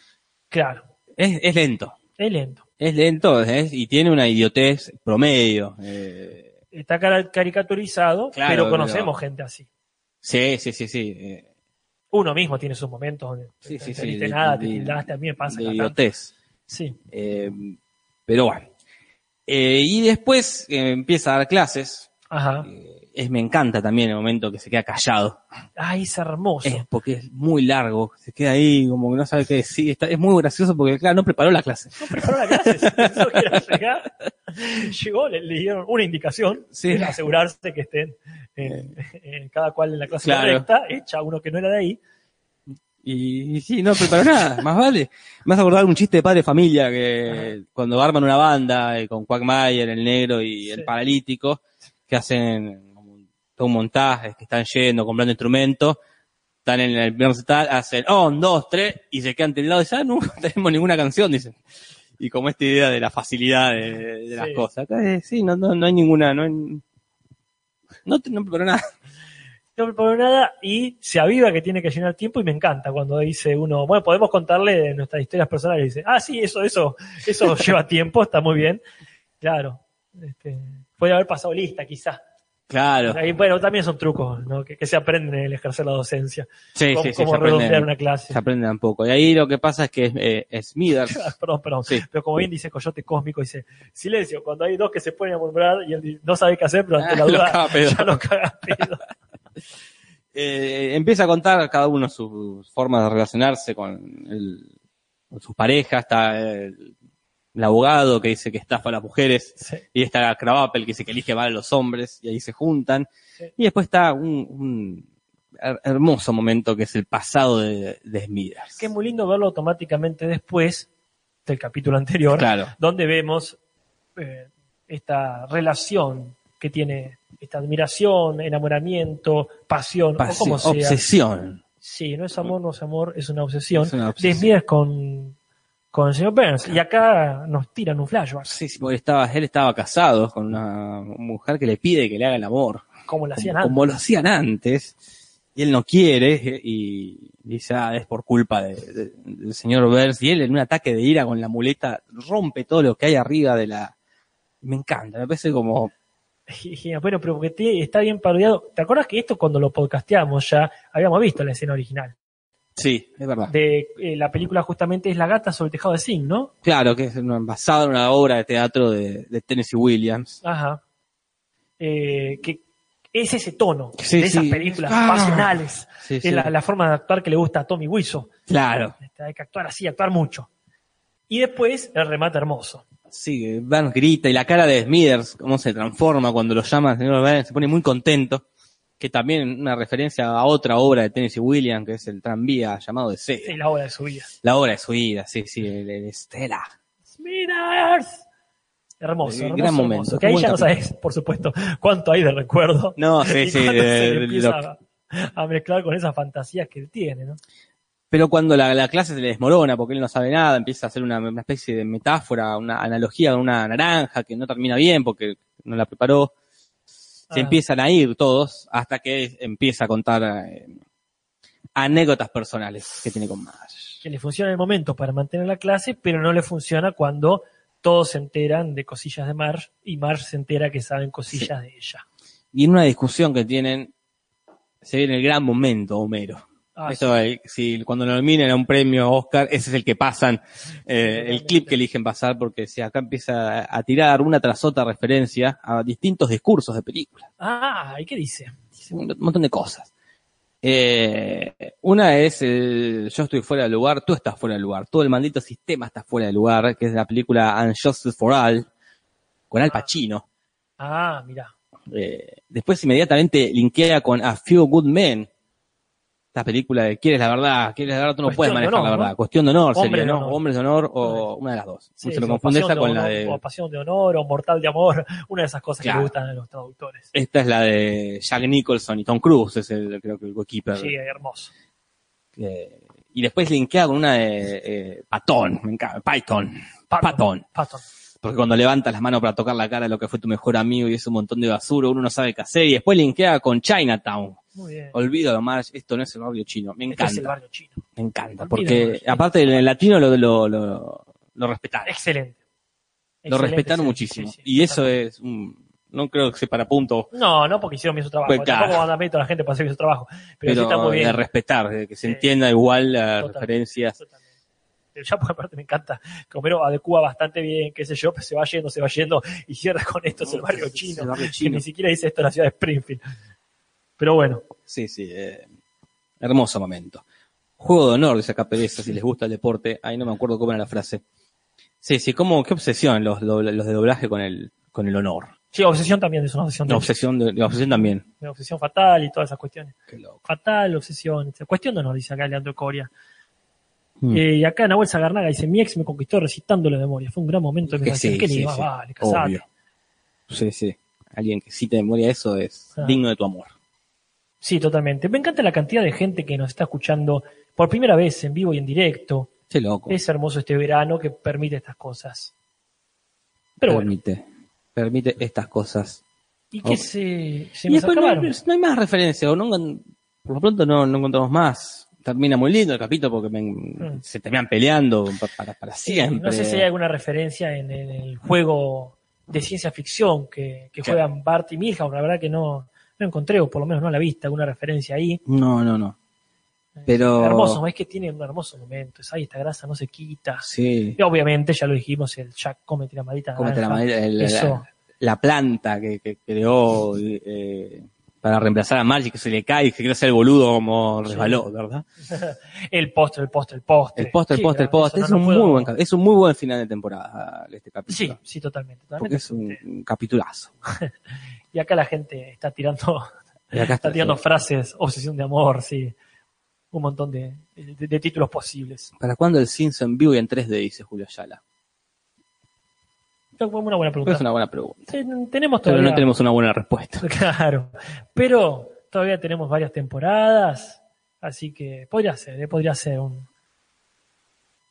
Claro, Es, es lento. es lento. Es lento es- y tiene una idiotez promedio. eh, Está cara- caricaturizado, Claro, pero conocemos pero- gente así. sí, sí, sí, sí. eh, Uno mismo tiene sus momentos donde no Sí, sí, sí, entendiste de- nada, de- te tildaste, a mí me pasa. de cada tanto. idiotez. Sí, Eh, pero bueno. Eh, y después eh, empieza a dar clases. ajá. Eh, es, me encanta también el momento que se queda callado. Ay, es hermoso. Es porque es muy largo. Se queda ahí como que no sabe qué decir. Está- es muy gracioso porque, claro, no preparó la clase. No preparó la clase, se pensó que era llegar. Llegó, le, le dieron una indicación, Sí. Eh. era asegurarse que estén en- en cada cual en la clase Claro. correcta, hecha uno que no era de ahí. Y, y sí, no preparó nada. Más vale. Me vas a acordar un chiste de padre de familia que cuando arman una banda eh, con Quagmire, el negro y Sí. el paralítico, que hacen como un- todo un montaje, que están yendo, comprando instrumentos, están en el primer recital, hacen oh, un, dos, tres, y se quedan tildados y ya no tenemos ninguna canción, dicen. Y como esta idea de la facilidad de, de las Sí. cosas. Acá eh, sí, no, no, no hay ninguna, no hay, no, te- no preparó nada. no por nada y se aviva que tiene que llenar tiempo y me encanta cuando dice uno, bueno, podemos contarle de nuestras historias personales. Y dice, ah, sí, eso, eso, eso lleva tiempo, está muy bien. Claro, este, puede haber pasado lista quizás. Claro. Ahí, bueno, también son trucos ¿no? que, que se aprenden en el ejercer la docencia. Sí, cómo sí, sí, cómo se aprende. redondear una clase. se aprende un poco. Y ahí lo que pasa es que eh, Smithers, Perdón, perdón. Sí. Pero como bien dice Coyote Cósmico, dice, silencio, cuando hay dos que se ponen a murmurar y él di- no sabe qué hacer, pero ante la Ah, lo duda caga pedo. ya lo caga pedo. eh, empieza a contar cada uno sus formas de relacionarse con, el- con sus parejas. Está el, el abogado que dice que estafa a las mujeres. Sí. Y está Kravapel que dice que elige mal a los hombres. Y ahí se juntan. Sí. Y después está un, un her- hermoso momento que es el pasado de, de Smithers. Que es muy lindo verlo automáticamente después del capítulo anterior. Claro. donde vemos eh, esta relación que tiene esta admiración, enamoramiento, pasión, o Pasión, como sea. obsesión. Sí, no es amor, no es amor, es una obsesión. Es una De obsesión. Smithers con, con el señor Burns. Y acá nos tiran un flashback, Sí, sí, porque estaba, él estaba casado con una mujer que le pide que le haga el amor. como lo hacían como, antes. como lo hacían antes, y él no quiere, eh, y dice, ah, es por culpa de- de- del señor Burns, y él en un ataque de ira con la muleta rompe todo lo que hay arriba de la... Me encanta, me parece como... Y- y, bueno, pero porque te- está bien parodiado. ¿Te acuerdas que esto cuando lo podcasteamos ya habíamos visto la escena original? Sí, es verdad. De eh, la película justamente es La gata sobre el tejado de zinc, ¿no? Claro, que es una- basado en una obra de teatro de, de Tennessee Williams. Ajá. Eh, que es ese tono Sí, de esas sí. películas Ah. pasionales. Sí, sí. Es la, la forma de actuar que le gusta a Tommy Wiseau. Claro. Este, Hay que actuar así, actuar mucho. Y después el remate hermoso. Sí, Vance grita y la cara de Smithers, cómo se transforma cuando lo llama, señor Burns, se pone muy contento. Que también una referencia a otra obra de Tennessee Williams, que es el tranvía llamado de C. Es la obra de su vida. La obra de su vida, sí, sí, el, el Estela. Smithers. Hermoso, Eh, hermoso, gran momento. hermoso. Que ahí Buen ya no capítulo. sabes, por supuesto, cuánto hay de recuerdo. No, sí, Y sí. cuánto se de- le de- empieza lo- a, a mezclar con esas fantasías que él tiene, ¿no? pero cuando la, la clase se le desmorona porque él no sabe nada, empieza a hacer una, una especie de metáfora, una analogía con una naranja que no termina bien porque no la preparó. Se Ah. empiezan a ir todos hasta que empieza a contar eh, anécdotas personales que tiene con Marge. Que le funciona en el momento para mantener la clase, pero no le funciona cuando todos se enteran de cosillas de Marge y Marge se entera que saben cosillas de ella. Y en una discusión que tienen, se viene el gran momento, Homero. Ah, Eso, eh, si cuando lo nominan a un premio Oscar, ese es el que pasan, eh, el Totalmente. clip que eligen pasar, porque si acá empieza a- a tirar una tras otra referencia a distintos discursos de películas, ah, ¿y qué dice? Dice un montón de cosas. Eh, una es el yo estoy fuera de lugar, tú estás fuera de lugar, todo el maldito sistema está fuera de lugar, que es la película Unjustice for All, con Al Pacino. Ah, mirá. Eh, después inmediatamente linkea con A Few Good Men. Esta película de quieres la verdad, quieres la verdad, tú no Cuestión puedes de manejar honor, la ¿no? verdad. Cuestión de honor Hombre sería, de ¿no? honor. Hombres de honor o una de las dos. Sí, se lo o confunde pasión esta con honor, la o de. pasión de honor o mortal de amor, una de esas cosas que Claro. le gustan a los traductores. Esta es la de Jack Nicholson y Tom Cruise, es el, creo que el goalkeeper. Sí, hermoso. Eh, y después linkea con una de eh, Patón, me encanta, Python. Patón. Patton. Porque cuando levantas las manos para tocar la cara de lo que fue tu mejor amigo y es un montón de basura, uno no sabe qué hacer. Y después linkea con Chinatown. Muy bien. Olvídalo, Marge, esto no es el barrio chino. Me Este encanta. es el barrio chino. Me encanta, Olvídalo, porque sí. aparte el latino lo, lo, lo, lo respetaron. Excelente. Lo Excelente, excelente. respetaron muchísimo. Sí, sí, Y eso totalmente. es un, no creo que sea para punto, No, no porque hicieron bien su trabajo. Pues, claro. Tampoco van a meter a la gente para hacer bien su trabajo. Pero, sí está pero muy de bien. respetar, de que se Sí. entienda igual las Totalmente. referencias. Totalmente. El Chapo, aparte, me encanta. Comero adecua bastante bien, qué sé yo, pues, se va yendo, se va yendo y cierra con esto, es el barrio Es el chino. barrio Que chino. ni siquiera dice esto en la ciudad de Springfield. Pero bueno, Sí, sí, eh, hermoso momento. Juego de honor, dice acá Pereza, si les gusta el deporte. Ahí no me acuerdo cómo era la frase. Sí, sí, cómo, qué obsesión los, dobla- los de doblaje con el, con el honor. sí, obsesión también es una obsesión. Una de- obsesión, de- la obsesión también. una obsesión fatal y todas esas cuestiones. Qué loco. Fatal, obsesión, etc. Cuestión no nos dice acá Leandro Coria. Mm. Eh, y acá Nahuel Sagarnaga dice, mi ex me conquistó recitando la memoria. Fue un gran momento de Que mi Eh, sí, que ni sí, más sí. vale, casate. Obvio. Sí, sí. Alguien que cite de memoria eso es Claro. digno de tu amor. Sí, totalmente. Me encanta la cantidad de gente que nos está escuchando por primera vez en vivo y en directo. Qué loco. Es hermoso este verano que permite estas cosas. Pero bueno, permite, permite estas cosas. y ok. que se, se y nos después no, acabaron. hay- no hay más referencias, o no, engan- por lo pronto no, no encontramos más. Termina muy lindo el capítulo porque me- se terminan peleando pa- para, para siempre. Mm. No sé si hay alguna referencia en, en el juego de ciencia ficción que, que Claro. juegan Bart y Milhouse. La verdad que no, no encontré, o por lo menos no a la vista, alguna referencia ahí. No, no, no. Pero- Hermoso, es que tiene un hermoso momento. Es, Ay, esta grasa no se quita. Sí. Y obviamente, ya lo dijimos, el Jack comete la maldita Cómete la, naranja. madera, el- la- Eso. la planta que, que creó eh, para reemplazar a Margie que se le cae y que quiere hacer el boludo como Sí. resbaló, ¿verdad? El postre, el postre, el postre. El postre, el Sí, postre, el claro, postre. eso Es no un lo muy puedo- buen cap- es un muy buen final de temporada este capítulo. Sí, sí, totalmente. totalmente. Porque es un, un capitulazo. Y acá la gente está tirando, Y acá está está, tirando sí. frases, obsesión de amor, sí. Un montón de, de- de títulos posibles. ¿Para cuándo el Simpson en vivo y en 3D? Dice Julio Ayala. Fue una buena pregunta. Es una buena pregunta. Ten- tenemos Pero todavía. no tenemos una buena respuesta. Claro. Pero todavía tenemos varias temporadas. Así que podría ser, ¿eh? podría ser un,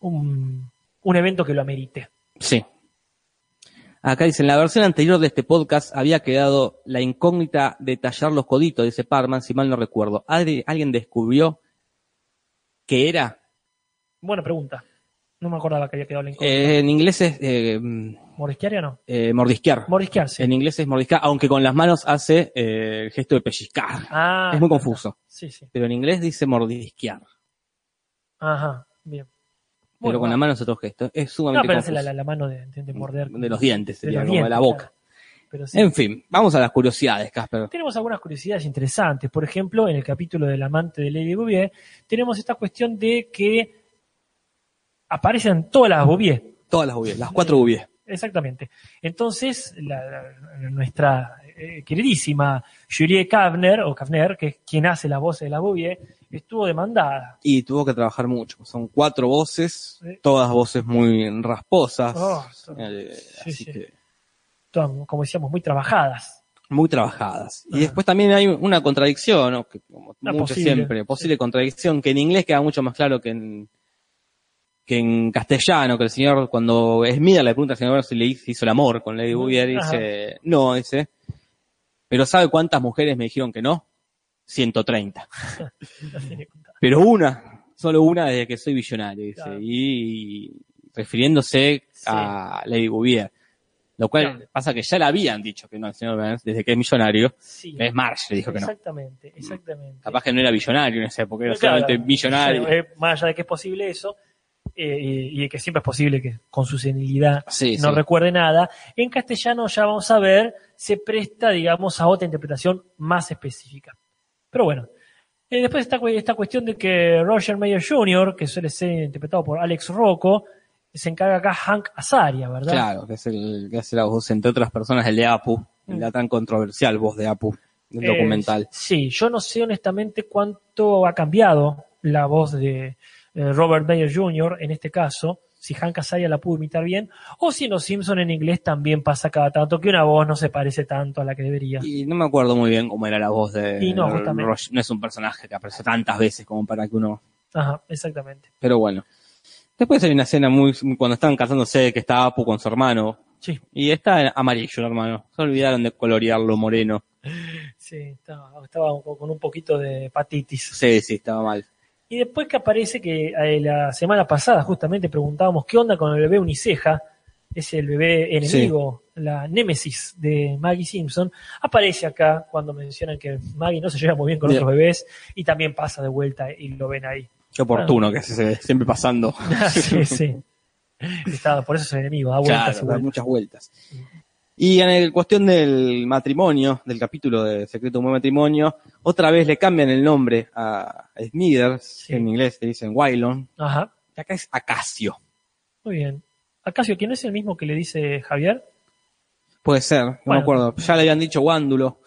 un, un evento que lo amerite. Sí. Acá dicen, la versión anterior de este podcast había quedado la incógnita de tallar los coditos, dice Parman, si mal no recuerdo. ¿Alguien alguien descubrió que era? Buena pregunta. No me acordaba que había quedado la incógnita. Eh, en inglés es eh, ¿Morisquearia no? eh, mordisquear. Morisquearse. En inglés es mordiscar, aunque con las manos hace eh, el gesto de pellizcar. Ah, es muy confuso. sí, sí. Pero en inglés dice mordisquear. Ajá, bien. pero Bueno, con va. la mano es otro gesto. Es No, sumamente pero es confuso. la, la- la mano de, de- de morder. de los dientes, De sería los como de la dientes, boca. Pero sí. En fin, vamos a las curiosidades, Casper. Tenemos algunas curiosidades interesantes. Por ejemplo, en el capítulo del amante de Lady Bouvier, tenemos esta cuestión de que aparecen todas las Bouvier. Todas las bubies, las cuatro bubies. Exactamente. Entonces, la- la- nuestra eh, queridísima Julie Kavner, o Kavner, que es quien hace las voces de las Bouvier, estuvo demandada. Y tuvo que trabajar mucho. Son cuatro voces, Sí. todas voces muy rasposas. Oh, son- Eh, sí, así sí. que todas, como decíamos, muy trabajadas. muy trabajadas. Y Ajá. después también hay una contradicción, ¿no? que como Una mucho Ah. posible. siempre, posible contradicción, que en inglés queda mucho más claro que en que en castellano, que el señor cuando Esmida le pregunta al señor si le hizo el amor con Lady Bouvier, Ajá. dice, no, dice, pero ¿sabe cuántas mujeres me dijeron que no? 130. Así le contaba. Pero una, solo una desde que soy billonario, dice, Claro. y, refiriéndose Sí. a Lady Bouvier. Lo cual Claro. pasa que ya le habían dicho que no al señor Burns desde que es millonario. Sí. Es Marsh, le dijo que no. exactamente, exactamente. Capaz que no era billonario en esa época, era Pero claro, solamente millonario. eh, más allá de que es posible eso, eh, y, y que siempre es posible que con su senilidad Sí, no sí. recuerde nada, en castellano ya vamos a ver, se presta, digamos, a otra interpretación más específica. Pero bueno, eh, después está cu- esta cuestión de que Roger Mayer Jr., que suele ser interpretado por Alex Rocco, se encarga acá Hank Azaria, ¿verdad? Claro, que es el que hace la voz, entre otras personas, el de Apu, Mm. la tan controversial voz de Apu, del Eh, documental. Sí, yo no sé honestamente cuánto ha cambiado la voz de eh, Robert Mayer Jr. en este caso, si Hank Azaria la pudo imitar bien, o si en Los Simpson en inglés también pasa cada tanto que una voz no se parece tanto a la que debería. Y no me acuerdo muy bien cómo era la voz de Y no, de justamente. Roger. No es un personaje que aparece tantas veces como para que uno. Ajá, exactamente. Pero bueno. Después hay una escena muy. cuando están casándose que está Apu con su hermano. Sí, Y está amarillo el hermano. Se olvidaron de colorearlo moreno. sí, estaba, estaba un po- con un poquito de hepatitis. Sí, sí, estaba mal. Y después que aparece que eh, la semana pasada justamente preguntábamos qué onda con el bebé uniceja, es el bebé enemigo, la némesis de Maggie Simpson, aparece acá cuando mencionan que Maggie no se lleva muy bien con Bien. otros bebés y también pasa de vuelta y lo ven ahí. Qué oportuno que se ve, siempre pasando. sí, sí. Está, por eso es enemigo, da vueltas Claro, y da vueltas. muchas vueltas. Y en el cuestión del matrimonio, del capítulo de Secreto de un buen matrimonio, otra vez le cambian el nombre a Smithers, Sí. que en inglés le dicen Wylon, Ajá, y acá es Acacio. muy bien. Acacio, ¿quién es el mismo que le dice Javier? Puede ser, no Bueno. me acuerdo. Ya le habían dicho Guándulo,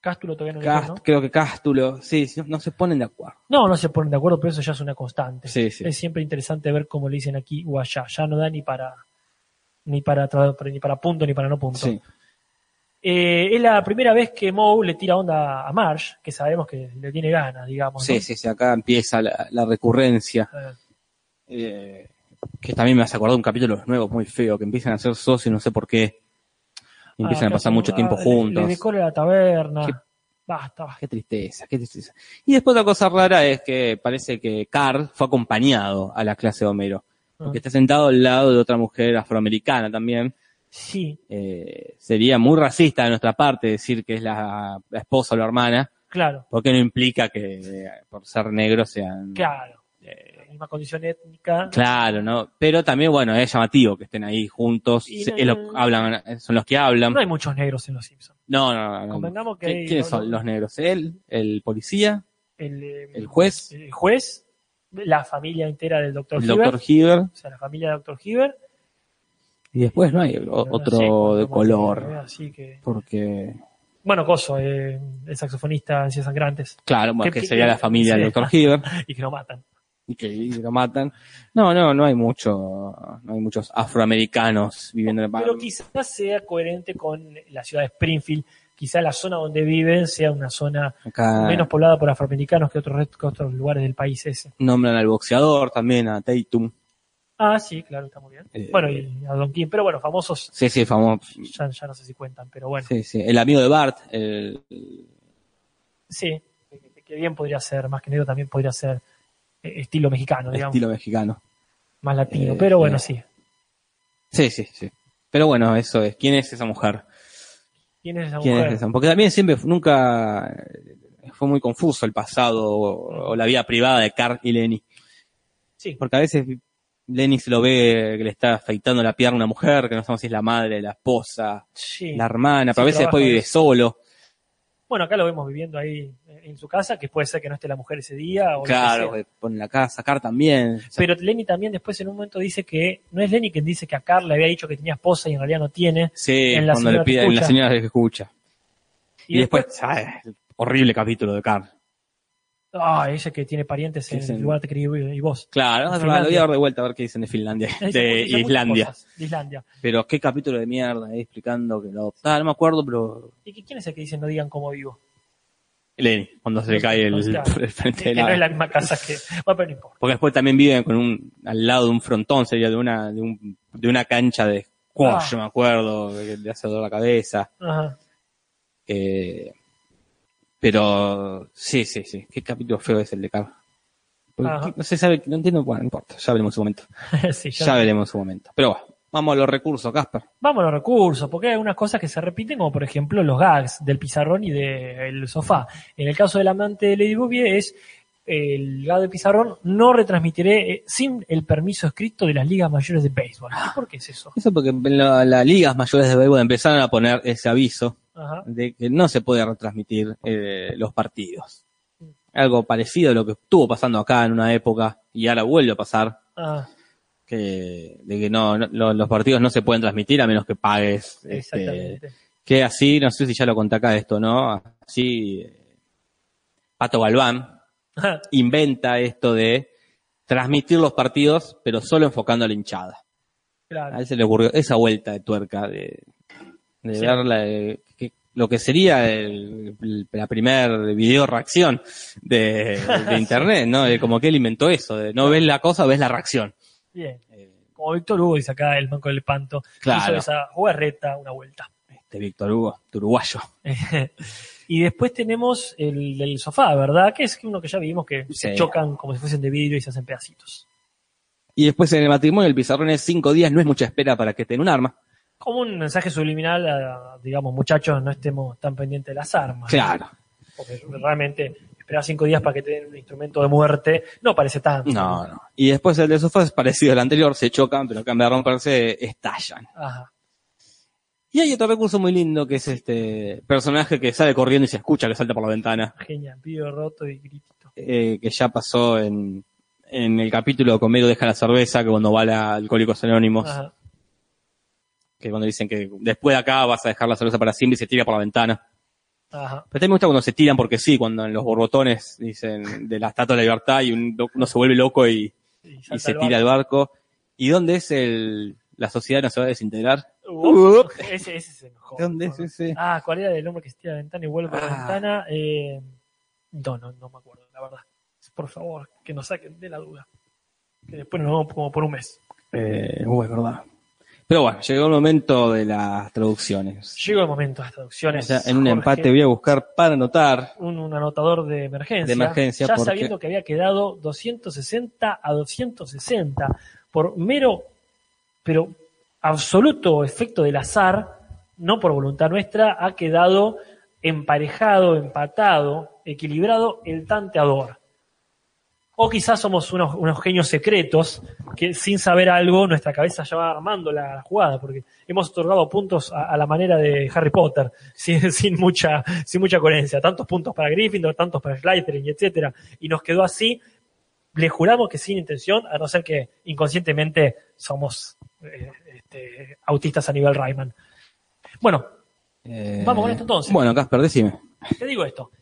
Cástulo todavía no le Cast- dijo, ¿no? creo que Cástulo, sí, sí, no, no se ponen de acuerdo. No, no se ponen de acuerdo, pero eso ya es una constante. Sí, sí. Es siempre interesante ver cómo le dicen aquí o allá. Ya no da ni para ni para tra- ni para punto ni para no punto. Sí. Eh, es la primera vez que Moe le tira onda a Marsh, que sabemos que le tiene ganas, digamos. sí, ¿no? sí, sí, acá empieza la, la recurrencia. Eh, eh, que también me hace acordar un capítulo nuevo muy feo, que empiezan a ser socios, no sé por qué. Y empiezan acá a pasar mucho ah, tiempo le- juntos. Le, decora la taberna. Qué- Basta, basta. Ah, Qué tristeza, qué tristeza. Y después otra cosa rara es que parece que Carl fue acompañado a la clase de Homero, Ah. porque está sentado al lado de otra mujer afroamericana también. Sí, Eh, sería muy racista de nuestra parte decir que es la, la esposa o la hermana, claro, porque no implica que eh, por ser negro sean... claro. eh, La misma condición étnica. claro, ¿no? Pero también, bueno, es llamativo que estén ahí juntos, Y se- no- es lo- hablan, son los que hablan. No hay muchos negros en los Simpsons. No, no, no. no. Convengamos que ¿Qui- hay- ¿Quiénes no- son los negros? Él, el policía, El, eh, el juez, el juez, la familia entera del doctor el Hibbert, doctor Hibbert. o sea, la familia del doctor Hibbert. Y después no hay o- otro de color. Así que... Porque, Bueno, Coso, eh, el saxofonista en Cien Sangrantes, claro, bueno, Qué que pi- sería la familia sí. del Dr. Hibbert y que lo matan. y que y lo matan. No, no, no hay mucho, no hay muchos afroamericanos viviendo en el Pero quizás sea coherente con la ciudad de Springfield, quizás la zona donde viven sea una zona Acá menos poblada por afroamericanos que otros, rest- que otros lugares del país ese. nombran al boxeador también, a Tatum. Ah, sí, claro, está muy bien. Eh, bueno, y a Don King, pero bueno, famosos Sí, sí, famoso. ya, ya no sé si cuentan, pero bueno, sí, Sí, sí. El amigo de Bart, el, que- que bien podría ser, más que negro también podría ser eh, estilo mexicano, digamos, estilo mexicano. más latino, eh, pero bueno, eh. sí. Sí, sí, sí. Pero bueno, eso es. ¿Quién es esa mujer? ¿Quién es esa ¿Quién mujer? es esa? Porque también siempre fu- nunca eh, fue muy confuso el pasado o, o la vida privada de Carl y Lenny. Sí, Porque a veces Lennox lo ve que le está afeitando la pierna a una mujer, que no sabemos si es la madre, la esposa, Sí. la hermana, Sí, pero a veces trabaja después vive eso. solo. Bueno, acá lo vemos viviendo ahí eh, en su casa, que puede ser que no esté la mujer ese día. O lo que sea. claro, eh, pone la casa, sacar también. O sea, Pero Lenny también después en un momento dice que, no es Lenny quien dice que a Carl le había dicho que tenía esposa y en realidad no tiene. sí, en la cuando le señora que pide, en la escucha. señora que escucha. Y, Y, después, después, ah, el horrible capítulo de Carl. ah, ella que tiene parientes en Sí, sí. el lugar que escribí y vos. Claro, De es verdad, lo voy Finlandia. a dar de vuelta a ver qué dicen de Finlandia, Ella de dice muchas Islandia. cosas De Islandia. Pero qué capítulo de mierda, eh, explicando que lo adoptaba, no me acuerdo, pero ¿Y que- quién es el que dice no digan cómo vivo? Lenny, cuando se le No, cae el, o sea, el frente que de la- no es la misma casa que. Bueno, pero no importa. Porque después también viven con un, al lado de un frontón, sería de una, de, un- de una cancha de squash, Ah. me acuerdo, que le hace dolor la cabeza. Ajá. Eh, pero sí, sí, sí. Qué capítulo feo es el de Carl. Porque Ajá. No se sabe, no entiendo, bueno, no importa, ya veremos en su momento. Sí, ya. Ya veremos en su momento. Pero bueno, vamos a los recursos, Casper. Vamos a los recursos, porque hay algunas cosas que se repiten, como por ejemplo los gags del pizarrón y del sofá. En el caso del amante de Lady Bouvier es el gag de pizarrón, no retransmitiré eh, sin el permiso escrito de las ligas mayores de béisbol. ¿Y ¿Por qué es eso? Eso porque en la- las ligas mayores de béisbol empezaron a poner ese aviso Ajá. de que no se puede retransmitir eh, los partidos. Algo parecido a lo que estuvo pasando acá en una época y ahora vuelve a pasar, Ah, que, de que no, no- lo- los partidos no se pueden transmitir a menos que pagues. este, exactamente. que así, no sé si ya lo conté acá esto, ¿no? Así, eh, Pato Galván Ajá. inventa esto de transmitir los partidos, pero solo enfocando a la hinchada. A claro. él se le ocurrió esa vuelta de tuerca de, de Sí. ver la- de- que- lo que sería el- el- la primer video reacción de, de internet, ¿no? De como que él inventó eso, de no ves la cosa, ves la reacción. Bien. Eh, Como Víctor Hugo dice acá, el banco del panto, hizo Claro, esa jugarreta una vuelta. este Víctor Hugo, uruguayo. y después tenemos el del sofá, ¿verdad? Que es uno que ya vimos que se Sí. chocan como si fuesen de vidrio y se hacen pedacitos. Y después en el matrimonio, el pizarrón es cinco días, no es mucha espera para que tenga un arma. Como un mensaje subliminal, a, digamos, muchachos, no estemos tan pendientes de las armas. Claro. Porque realmente esperar cinco días para que te den un instrumento de muerte no parece tanto. No, no. Y después el de sofá es parecido al anterior, se chocan, pero acá en vez de romperse, estallan. Ajá. Y hay otro recurso muy lindo que es este personaje que sale corriendo y se escucha que salta por la ventana, Genial, pido roto y gritito. eh, que ya pasó en, en el capítulo de Comero deja la cerveza, que cuando va a Alcohólicos Anónimos, Ajá. que cuando dicen que después de acá vas a dejar la cerveza para siempre y se tira por la ventana. Ajá. Pero también me gusta cuando se tiran porque sí, cuando en los borbotones dicen de la Estatua de la Libertad y un- uno se vuelve loco y, Y, y salta se el tira al barco. ¿Y dónde es el, la sociedad no se va a desintegrar? barco. Uf, ese, ese es el mejor. ¿Dónde es ese? Ah, ¿cuál era el hombre que se tira a la ventana y vuelve por la Ah. ventana? Eh, no, no, no me acuerdo, la verdad. Por favor, que nos saquen de la duda. Que después nos vamos como por un mes. Eh, uh, es verdad. Pero bueno, llegó el momento de las traducciones. Llegó el momento de las traducciones. O sea, en un Jorge, empate voy a buscar para anotar. Un, un anotador de emergencia. De emergencia, Ya porque- sabiendo que había quedado 260 a 260 por mero, pero absoluto efecto del azar, no por voluntad nuestra, ha quedado emparejado, empatado, equilibrado el tanteador. O quizás somos unos, unos genios secretos que sin saber algo nuestra cabeza ya va armando la jugada, porque hemos otorgado puntos a, a la manera de Harry Potter, sin, sin mucha, sin mucha coherencia. Tantos puntos para Gryffindor, tantos para Slytherin, etcétera. Y nos quedó así. Le juramos que sin intención, a no ser que inconscientemente somos eh, este, autistas a nivel Rayman. Bueno, Eh, Vamos con esto entonces. Bueno, Casper, decime. te digo esto.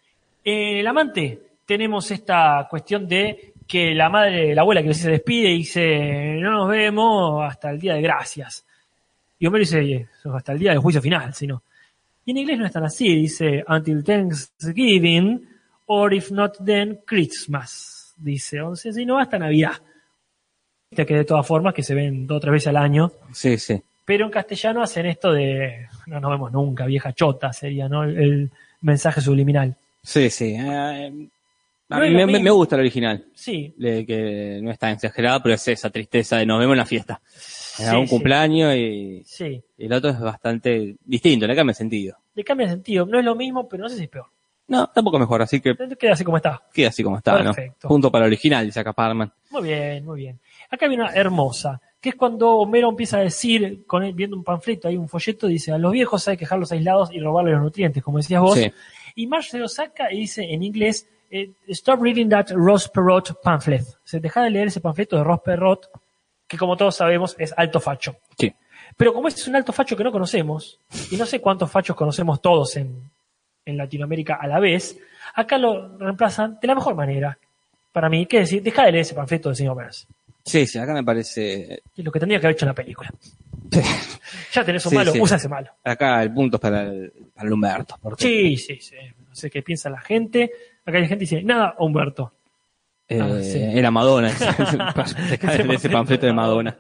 En el amante tenemos esta cuestión de que la madre, la abuela que se despide y dice, no nos vemos hasta el día de gracias. Y Homero dice, "Eh, hasta el día del juicio final, si no. Y en inglés no es tan así, dice, until Thanksgiving, or if not then, Christmas. Dice, o sea, si no, hasta Navidad. Este que de todas formas, que se ven dos o tres veces al año. Sí, sí. Pero en castellano hacen esto de, no nos vemos nunca, vieja chota sería, ¿no? El- el mensaje subliminal. Sí, sí. Eh, a No mí es lo me, me- mismo. me gusta el original. Sí, de que no es tan exagerado, pero es esa tristeza de nos vemos en la fiesta. Sí, En algún sí. cumpleaños y, sí. y el otro es bastante distinto, le cambia el sentido. Le cambia de sentido. No es lo mismo, pero no sé si es peor. No, tampoco mejor, así que Queda así como está. queda así como está, Perfecto. ¿no? Punto para el original, dice acá Parman. Muy bien, muy bien. Acá viene una hermosa, que es cuando Homero empieza a decir, con él, viendo un panfleto, hay un folleto, dice, a los viejos hay que dejarlos aislados y robarles los nutrientes, como decías vos. Sí. Y Marge se lo saca y dice en inglés, eh, stop reading that Ross Perot pamphlet. O sea, deja de leer ese panfleto de Ross Perot, que como todos sabemos es alto facho. Sí. Pero como este es un alto facho que no conocemos, y no sé cuántos fachos conocemos todos en, en Latinoamérica a la vez, acá lo reemplazan de la mejor manera, para mí, que decir, deja de leer ese panfleto del señor Burns, Sí, sí, acá me parece. que es lo que tendría que haber hecho en la película. Ya tenés un Sí, malo, sí. usa ese malo. Acá el punto es para el, para el Humberto. porque, Sí, sí, sí. No sé qué piensa la gente. Acá hay gente que dice, nada, Humberto. eh, ah, sí. Era Madonna. Dejar de leer ese panfleto de Madonna.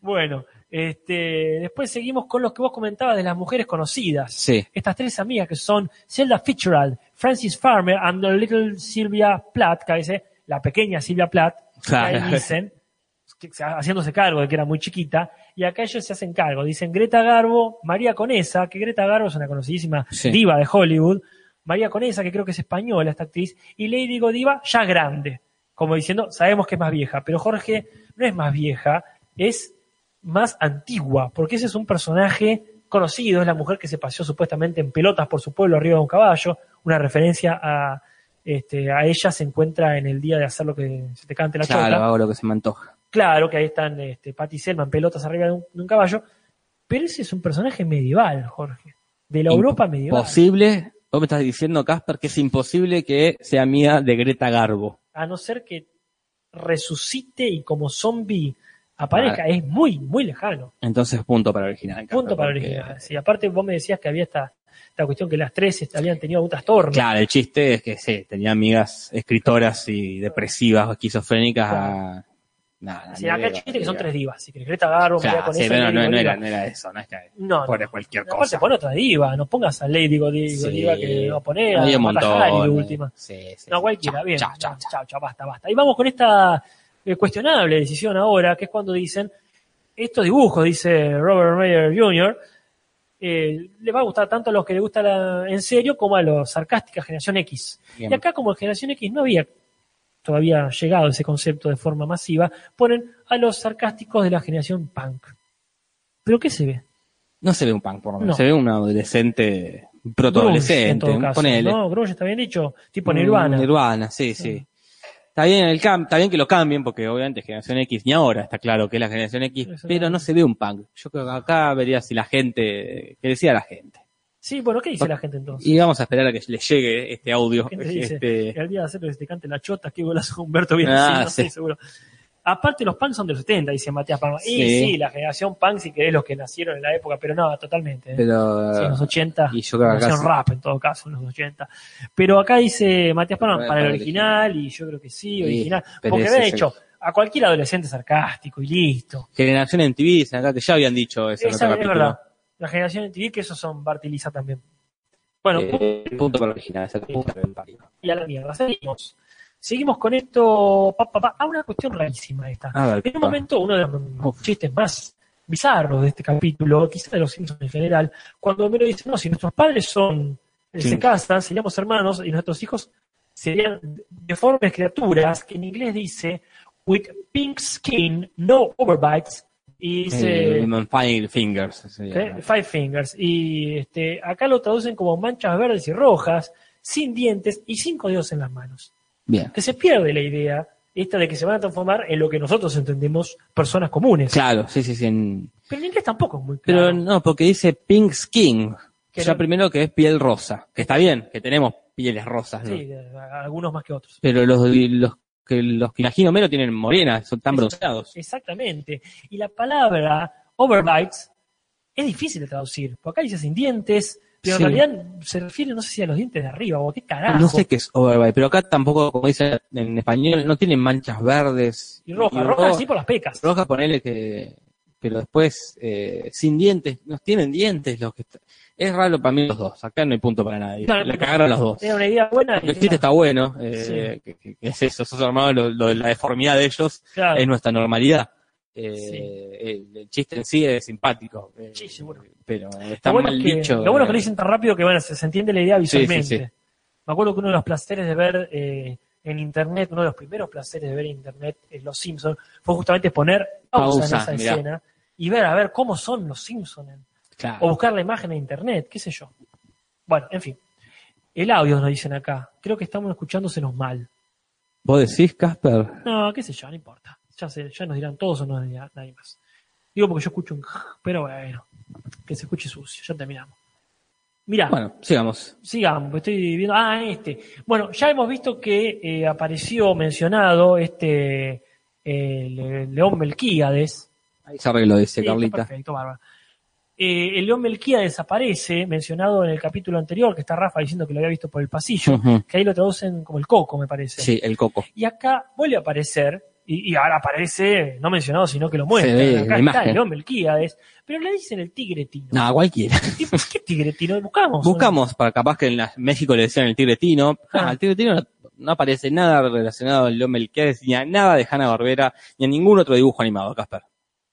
Bueno, este, después seguimos con los que vos comentabas de las mujeres conocidas. Sí. Estas tres amigas que son Zelda Fitzgerald, Francis Farmer and the Little Sylvia Platt, que dice la pequeña Sylvia Platt, Claro. que ahí dicen, que- haciéndose cargo de que era muy chiquita, y acá ellos se hacen cargo. Dicen Greta Garbo, María Conesa, que Greta Garbo es una conocidísima Sí. diva de Hollywood, María Conesa, que creo que es española esta actriz, y Lady Godiva ya grande, como diciendo, sabemos que es más vieja, pero Jorge no es más vieja, es más antigua, porque ese es un personaje conocido, es la mujer que se paseó supuestamente en pelotas por su pueblo arriba de un caballo, una referencia a, este, a ella se encuentra en el día de hacer lo que se te cante la chota. Claro, ah. hago lo que se me antoja. Claro que ahí están este, Patty Selman, pelotas arriba de un, de un caballo. Pero ese es un personaje medieval, Jorge. De la Europa medieval. Posible. Vos me estás diciendo, Casper, que es imposible que sea mía de Greta Garbo. A no ser que resucite y como zombie aparezca. Es muy, muy lejano. Entonces, punto para original. Casper, Punto para porque- original. Sí, aparte vos me decías que había esta, esta cuestión que las tres est- habían tenido un trastorno. Claro, el chiste es que sí, tenía amigas escritoras y depresivas o esquizofrénicas. a- Nada, Sí, no acá el era- chiste que son era- tres divas. Si querés Greta Garbo, Claro, María con sí, esa, pero no, Lady no, Godiva. era, no era eso, no es que No, no. pone cualquier Aparte cosa. pon otra diva, no pongas a Lady Godiva, Sí. Godiva que va a poner. Hay a un Mata montón. Hari de eh. última. Sí, sí, No, sí. cualquiera, Chao, bien. chao, No, chao, chao. basta, basta. Y vamos con esta eh, cuestionable decisión ahora, que es cuando dicen, estos dibujos, dice Robert Mayer Jr., eh, les va a gustar tanto a los que les gusta la- en serio como a los sarcásticas Generación X. Bien. Y acá, como en Generación X no había todavía llegado ese concepto de forma masiva, ponen a los sarcásticos de la generación punk. ¿Pero qué se ve? No se ve un punk, por lo menos. No. Se ve un adolescente, un Grunge, en protoadolescente. todo un- caso. ponele. No, grunge está bien dicho, tipo Mm, Nirvana. Nirvana, sí, sí. Está bien, el cam- está bien que lo cambien, porque obviamente es generación X, ni ahora está claro que es la generación X, Exactamente. pero no se ve un punk. Yo creo que acá vería si la gente, que decía la gente. Sí, bueno, ¿qué dice la gente entonces? Y vamos a esperar a que les llegue este audio. ¿Quién te dice? Este, El día de hacer que se te cante la chota, que golazo Humberto viene Ah, así, no sí. estoy seguro. Aparte, los punk son de los 70, dice Matías Palma. Y Sí. sí, la generación punk, si querés, los que nacieron en la época, pero no, totalmente. ¿eh? pero, ah, Sí, en los 80, y yo creo que acá generación sí. rap en todo caso, en los 80. Pero acá dice Matías Palma, Para- para, para el el original, y yo creo que sí, Sí, original. pero Porque ese de es el- hecho, a cualquier adolescente sarcástico y listo. generación MTV, dicen acá que ya habían dicho eso en Esa otro es capítulo. verdad. La generación de TV, que esos son Bart y Lisa también. Bueno, Eh, punto para el original, esa punto para el punk. y a la mierda. Seguimos. Seguimos con esto. Pa, pa, pa. Ah, una cuestión rarísima esta. A ver, En un pa. momento, uno de los chistes más bizarros de este capítulo, quizá de los Simpsons en general, cuando Homero dice, no, si nuestros padres son, eh, Sí. se casan, seríamos hermanos y nuestros hijos serían deformes criaturas, que en inglés dice, with pink skin, no overbites, y dice, Eh, Human Fire Fingers. sí, ¿Eh? Five Fingers. Y este, acá lo traducen como manchas verdes y rojas, sin dientes y cinco dedos en las manos. Bien. Que se pierde la idea esta de que se van a transformar en lo que nosotros entendemos personas comunes. Claro, sí, sí, sí. en- Pero en inglés tampoco es muy Pero claro. no, porque dice Pink Skin. Que Ya no- primero que es piel rosa. Que está bien, que tenemos pieles rosas, ¿no? Sí, de- a- algunos más que otros. Pero los, los que los que imagino menos tienen morenas, son tan Sí. bronceados. Exactamente. Y la palabra overbites es difícil de traducir. Porque acá dice sin dientes, pero Sí. en realidad se refiere, no sé si a los dientes de arriba o a qué carajo. No sé qué es overbite, pero acá tampoco, como dice en español, no tienen manchas verdes. Y roja, roja, sí por las pecas. roja, ponele que. Pero después, eh, sin dientes, no tienen dientes los que. est- Es raro para mí los dos. Acá no hay punto para nadie. No, no, La no. cagaron los dos. Era una idea buena. Lo que existe está bueno. eh, Sí. que, que- que es eso, esos hermanos, lo, lo de la deformidad de ellos Claro. es nuestra normalidad. Eh, Sí. el, el chiste en sí es simpático. eh, Sí, seguro. Pero está lo bueno, mal es que, dicho. lo bueno es que eh, lo dicen tan rápido que bueno, se, se entiende la idea visualmente. sí, sí. Me acuerdo que uno de los placeres de ver eh, en Internet, uno de los primeros placeres de ver Internet en Los Simpsons fue justamente poner pausa, Pausa, en esa mirá. escena y ver a ver cómo son Los Simpsons. O Claro. buscar la imagen en Internet, qué sé yo. Bueno, en fin. El audio nos dicen acá. Creo que estamos escuchándosenos mal. ¿Vos decís, Casper? No, qué sé yo, no importa. Ya, sé, ya nos dirán todos o no nos dirá nadie más. Digo porque yo escucho un... Pero bueno, que se escuche sucio. Ya terminamos. Mirá. Bueno, sigamos. sigamos, porque estoy viendo. Ah, este. Bueno, ya hemos visto que eh, apareció mencionado este eh, Le- León Melquíades. Ahí se arregló, dice Sí, está Carlita. Perfecto, bárbaro. Eh, el León Melquíades aparece, mencionado en el capítulo anterior, que está Rafa diciendo que lo había visto por el pasillo, Ujú. que ahí lo traducen como el coco, me parece. Sí, el coco. Y acá vuelve a aparecer, y, y ahora aparece, no mencionado, sino que lo muestra. Se ve acá la está imagen. el León Melquíades, pero le dicen el tigre tino. No, cualquiera. ¿Qué, qué tigre tino? Buscamos. Buscamos, para capaz que en la- México le decían el tigre tino. Ah. Ah, el tigre tino no, no aparece nada relacionado al León Melquiades, ni a nada de Hanna Barbera, ni a ningún otro dibujo animado, Casper.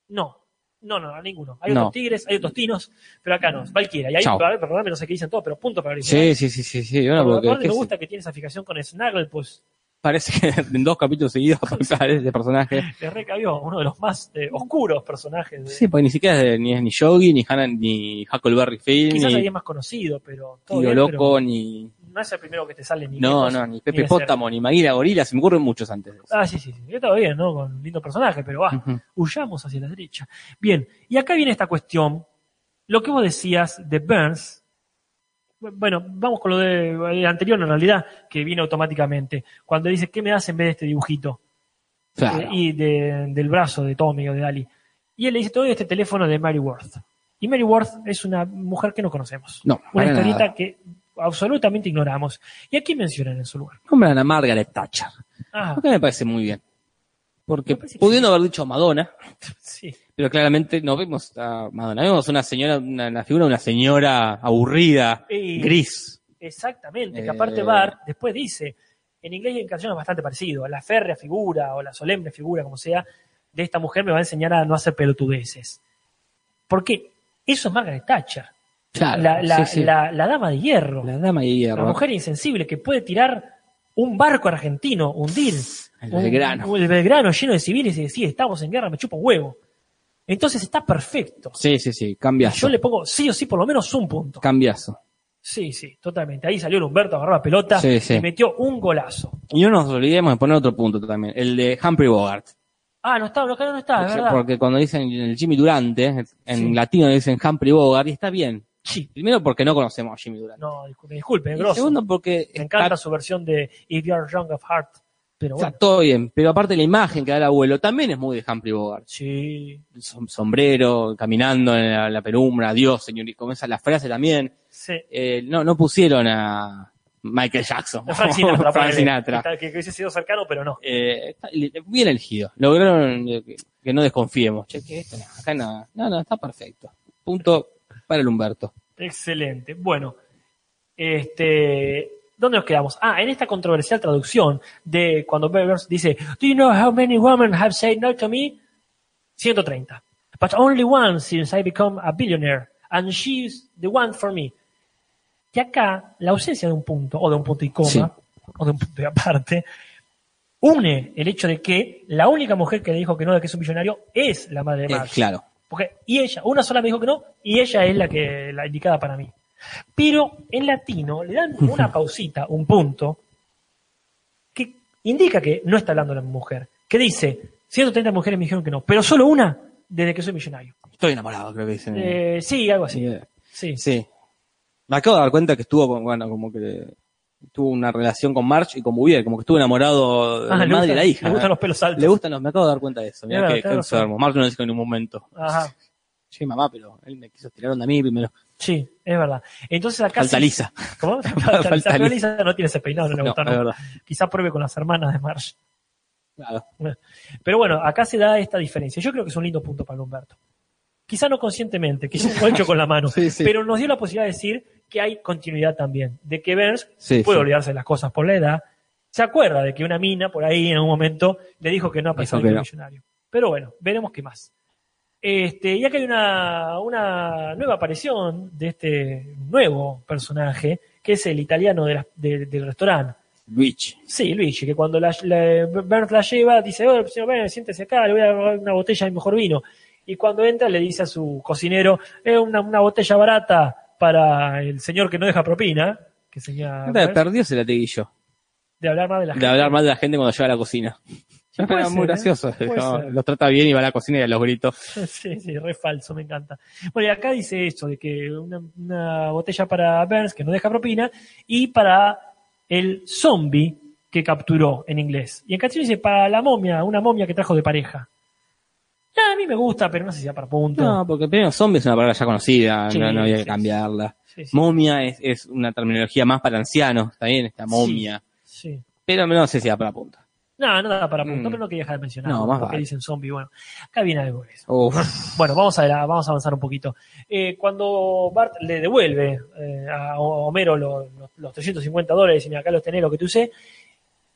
No, no, no, a ninguno. Hay No. otros tigres, hay otros tinos, pero acá no, cualquiera. Y ahí, Chao. perdón, perdóname, no sé qué dicen todos, pero punto para el original. Sí, sí, sí, sí, sí. Bueno, Porque porque aparte qué me sé, gusta que tiene esa fijación con Snaggle, pues parece que en dos capítulos seguidos aparece este personaje. le recabió uno de los más eh, oscuros personajes. de- Sí, porque ni siquiera es de- ni es ni Yogi, ni Hanna, ni Huckleberry Finn, Quizás ni alguien más conocido, pero todo Tío bien, Loco, ni... pero No es el primero que te sale ni No, lejos, no, ni de Pepe cerca. Pótamo, ni Maguila Gorila, se me ocurren muchos antes. de eso. Ah, sí, sí, sí. Está bien, ¿no? Con un lindo personaje, pero ah, va. Ujú. huyamos hacia la derecha. Bien, y acá viene esta cuestión, lo que vos decías de Burns, bu- bueno, vamos con lo de, el anterior en realidad, que viene automáticamente, cuando dice, ¿qué me das en vez de este dibujito? Eh, Claro. y de- del brazo de Tommy o de Dali. Y él le dice, te doy este teléfono de Mary Worth. Y Mary Worth es una mujer que no conocemos, No, una para historieta nada. que absolutamente ignoramos. ¿Y aquí mencionan en su lugar? Nombran a Margaret Thatcher. Ah, Lo que me parece muy bien. Porque Me parece que pudiendo haber dicho Madonna, sí. pero claramente no vimos a Madonna, vimos una señora, una, la figura de una señora aburrida, Y- gris. Exactamente, que Eh, aparte Bart después dice, en inglés y en castellano es bastante parecido, la férrea figura o la solemne figura, como sea, de esta mujer me va a enseñar a no hacer pelotudeces. Porque eso es Margaret Thatcher, Claro, la, la- sí, sí. la- la dama de hierro, La dama de la hierro. mujer insensible que puede tirar un barco argentino, hundir El un- Belgrano. un- el Belgrano lleno de civiles y decir, estamos en guerra, me chupa un huevo. Entonces está perfecto. Sí, sí, sí, Y cambiazo. Yo le pongo sí o sí por lo menos un punto. Cambiazo. Sí, sí, totalmente. Ahí salió el Humberto, agarró la pelota Sí, sí. y metió un golazo. Y no nos olvidemos de poner otro punto también, el de Humphrey Bogart. Ah, no está, no, no está, es verdad. Porque cuando dicen el Jimmy Durante, en Sí. latino dicen Humphrey Bogart, y está bien. Sí. Primero porque no conocemos a Jimmy Durante. No, disculpe, disculpe, es Y grosso. segundo porque Me encanta su versión de If You're Young of Heart. Pero Está bueno, todo bien, pero aparte la imagen que da el abuelo también es muy de Humphrey Bogart. sí, Som- Sombrero, caminando en la, la penumbra, Dios, señor, y comienza la frase también. sí. Eh, no, no pusieron a Michael Jackson. De Frank Sinatra. Frank ponele. Sinatra. Está- Que, que hubiese sido cercano, pero no. Eh, está- li- bien elegido. Lograron eh, que, que no desconfiemos. Che, que esto no, acá nada. No, no, está perfecto. Punto para el Humberto. Excelente. Bueno, este, ¿dónde nos quedamos? Ah, en esta controversial traducción de cuando Bevers dice, Do you know how many women have said no to me? 130. But only one since I become a billionaire, and she's the one for me. Y acá, la ausencia de un punto, o de un punto y coma, Sí. o de un punto y aparte, une el hecho de que la única mujer que le dijo que no, de que es un millonario, es la madre de Eh, Marx. claro. Porque, y ella, una sola me dijo que no, y ella es la que la indicada para mí. Pero en latino le dan una pausita, un punto, que indica que no está hablando la mujer. Que dice, 130 mujeres me dijeron que no, pero solo una desde que soy millonario. Estoy enamorado, creo que dicen. Eh, sí, algo así. Sí. Sí, Sí. Me acabo de dar cuenta que estuvo con, bueno, como que tuvo una relación con March y con Bouvier, como que estuvo enamorado de Ah, la le madre y gustan- la hija. Le gustan ¿eh? los pelos altos. Le gustan los, me acabo de dar cuenta de eso. Mira Claro, que, que claro, enfermo. March no lo dijo en ningún momento. Ajá, Sí, mamá, pero él me quiso tirar onda a mí primero. sí, es verdad. Entonces acá. Falta sí- Lisa. ¿Cómo? Falta, Falta Lisa. Pero Lisa. Lisa no tiene ese peinado, no le No, gusta. es ¿no? verdad. Quizá pruebe con las hermanas de Marge. Claro. Pero bueno, acá se da esta diferencia. Yo creo que es un lindo punto para Humberto. Quizá no conscientemente, quizá lo ha hecho con la mano, Sí, sí. pero nos dio la posibilidad de decir que hay continuidad también, de que Burns Sí, puede sí. olvidarse de las cosas por la edad, se acuerda de que una mina por ahí en un momento le dijo que no a pesar Dijo de que que no. es millonario. Pero bueno, veremos qué más. Este, y acá hay una, una nueva aparición de este nuevo personaje, que es el italiano de la- de- del restaurante, Luigi. Sí, Luigi, que cuando la, la- Bert la lleva, dice, oh, señor Bert, siéntese acá, le voy a dar una botella de mejor vino. Y cuando entra, le dice a su cocinero, es una, una botella barata para el señor que no deja propina, que sería Nunca Bert, perdió ese latiguillo de hablar más de la de hablar mal de la gente cuando llega a la cocina. puede Era ser, muy ¿eh? gracioso. Puede ¿no? ser. Los trata bien y va a la cocina y a los gritos. Sí, sí, re falso, me encanta. Bueno, y acá dice esto, de que una, una botella para Burns, que no deja propina, y para el zombie que capturó en inglés. Y en castellano dice para la momia, una momia que trajo de pareja. Ah, a mí me gusta, pero no sé si sea para punto. No, porque primero zombie es una palabra ya conocida, Sí, no, no había sí, que cambiarla. Sí, sí, Momia es, es una terminología más para ancianos, también esta momia. sí. Pero no sé si da para punta. No, no da para punto, Mm. pero no quería dejar de mencionar. No, más porque vale. dicen zombie, bueno. Acá viene algo de eso. Uf. Bueno, vamos a, vamos a avanzar un poquito. Eh, cuando Bart le devuelve eh, a Homero lo- lo- los 350 dólares y me acá los tenés, lo que tú usé,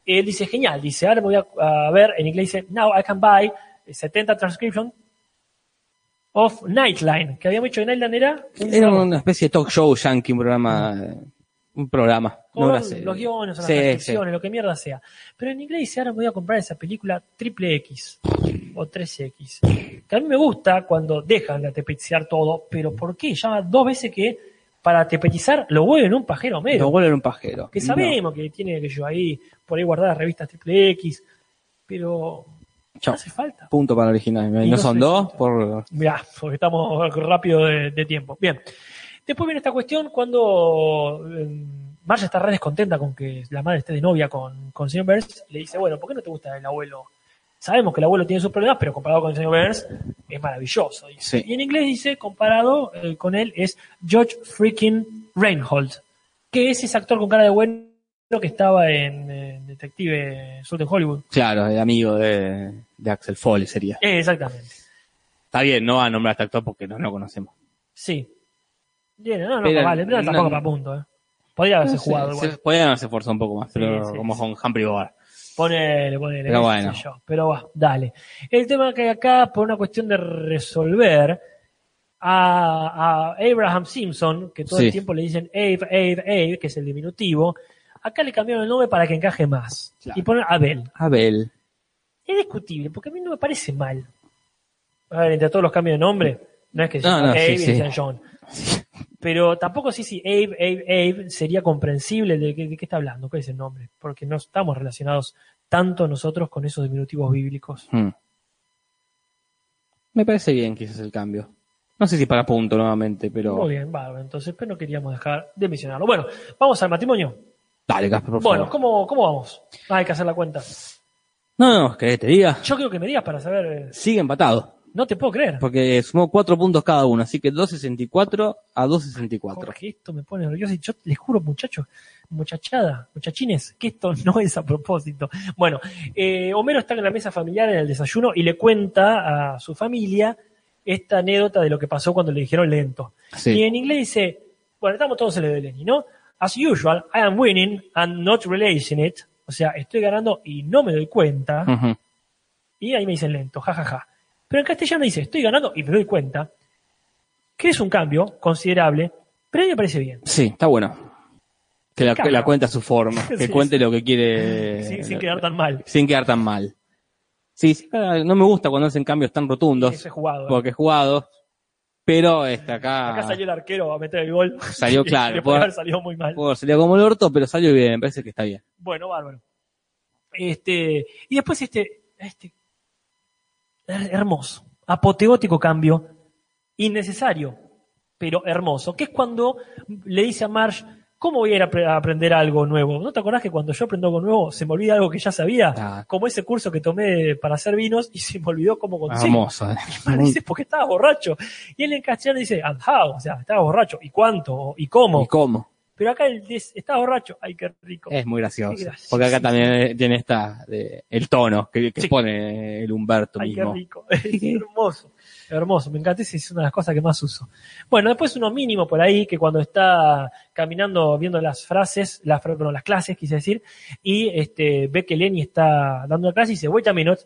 él dice, genial, dice, ahora me voy a, a ver, en inglés dice, now I can buy 70 transcription of Nightline, que habíamos dicho que Nightline era... un Era programa. una especie de talk show yankee, un programa. eh, Un programa. O No una los- serie. los guiones, o las Sí, transcripciones, lo que mierda sea. Pero en inglés dice, ahora me voy a comprar esa película triple X o 3X. Que a mí me gusta cuando dejan de atepetizar todo, pero ¿por qué? Ya dos veces que para atepetizar lo vuelven un pajero sí. Lo medio. vuelven un pajero. que No. sabemos que tiene que yo ahí, por ahí guardadas revistas triple X, pero no Chau. hace falta. Punto para el original. Y no ¿No son sé. dos? Por... Mirá, porque estamos rápido de, de tiempo. Bien. Después viene esta cuestión cuando eh, Marge está re descontenta con que la madre esté de novia con, con el señor Burns. Le dice, bueno, ¿por qué no te gusta el abuelo? Sabemos que el abuelo tiene sus problemas, pero comparado con el señor Burns es maravilloso. dice. Sí. Y en inglés dice, comparado eh, con él es George freaking Reinhold, que es ese actor con cara de bueno que estaba en eh, Detective Salt en Hollywood. Claro, el amigo de, de Axel Foley sería. Eh, exactamente. Está bien, no va a nombrar a este actor porque no lo conocemos. Sí. Bien, no, no, Pero, vale, pero no, tampoco no. para punto, ¿eh? Podría haberse jugado se, igual. se- podrían haberse esforzado un poco más, pero Sí, sí, como sí. con Humphrey Bogart. Ponele, ponele. Pero qué bueno. sé yo. Pero va, dale. El tema que acá, por una cuestión de resolver, a, a Abraham Simpson, que todo Sí. el tiempo le dicen Abe, Abe, Abe, que es el diminutivo, acá le cambiaron el nombre para que encaje más. Claro. Y ponen Abel. Abel. Es discutible, porque a mí no me parece mal. A ver, entre todos los cambios de nombre, no es que No, sea no, sí, Abe y sí. sea John. Pero tampoco sí, sí, Abe, Abe, Abe sería comprensible de qué, de qué está hablando, cuál es el nombre, porque no estamos relacionados tanto nosotros con esos diminutivos bíblicos. Hmm. Me parece bien que ese es el cambio. No sé si para punto nuevamente, pero. Muy bien, bárbaro, entonces, pero no queríamos dejar de mencionarlo. Bueno, vamos al matrimonio. Dale, Casper, por Bueno, favor. ¿cómo, cómo vamos? Ah, hay que hacer la cuenta. No, no, que te diga. Yo creo que me digas para saber, eh, Sigue empatado. no te puedo creer. Porque sumó cuatro puntos cada uno, así que 2.64 a 2.64. Jorge, esto me pone nervioso y yo les juro, muchachos, muchachada, muchachines, que esto no es a propósito. Bueno, eh, Homero está en la mesa familiar en el desayuno y le cuenta a su familia esta anécdota de lo que pasó cuando le dijeron lento. Y Sí. en inglés dice, bueno, estamos todos en lo de Lenny, ¿no? As usual, I am winning and not realizing it. O sea, estoy ganando y no me doy cuenta. Ujú. Y ahí me dicen lento, jajaja. Pero en castellano dice, estoy ganando y me doy cuenta, que es un cambio considerable, pero a mí me parece bien. Sí, está bueno. Que la, Caga. que la cuente a su forma. Que Sí, cuente lo que quiere. sin, sin quedar tan mal. sin quedar tan mal. Sí, sí, claro, no me gusta cuando hacen cambios tan rotundos. Ese jugador. porque he jugado. Pero esta acá, Acá salió el arquero a meter el gol. Salió claro, Le por- puede haber salido muy mal. Por- salió como el orto, pero salió bien, me parece que está bien. Bueno, bárbaro. Este, y después este, este her- hermoso, apoteótico cambio, innecesario, pero hermoso, que es cuando le dice a Marsh, ¿cómo voy a ir a, pre- a aprender algo nuevo? ¿No te acordás que cuando yo aprendo algo nuevo se me olvida algo que ya sabía? Ah. Como ese curso que tomé para hacer vinos y se me olvidó cómo conseguirlo. Hermoso. eh. Mal, dice, porque estaba borracho. Y él en castellano dice, and how, o sea, estaba borracho. ¿Y cuánto? ¿O- ¿Y cómo? ¿Y cómo? Pero acá él dice, estaba borracho. Ay, qué rico. Es muy gracioso. Qué gracioso. Porque acá también eh, tiene esta, de- el tono que, que Sí. pone el Humberto Ay, qué mismo. rico. Es hermoso. Hermoso. Me encanta. esa Es una de las cosas que más uso. Bueno, después uno mínimo por ahí que cuando está caminando, viendo las frases, las, fra- perdón, las clases, quise decir, y este, ve que Lenny está dando una clase y dice, wait a minute.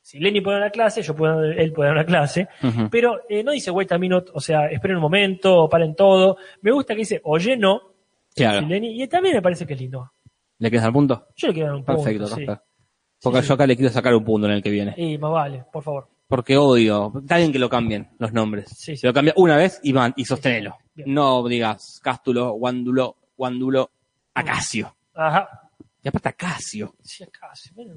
Si Lenny puede dar una clase, yo puedo, él puede dar una clase. Ujú. pero eh, no dice wait a minute, o sea, esperen un momento, paren todo. Me gusta que dice oye no, Claro. Sileni, y también me parece que es lindo. ¿Le quieres dar punto? Yo le quiero dar un punto. Perfecto, sí. Casper. Porque sí. yo acá le quiero sacar un punto en el que viene. Y más vale, por favor. Porque odio. Está bien que lo cambien los nombres. Sí, sí. Se lo cambia una vez y van, y sosténelo. Bien. No digas Cástulo, Guándulo, Guándulo, Acacio. Ajá. Y aparte Acacio. Sí, acá, sí, bueno.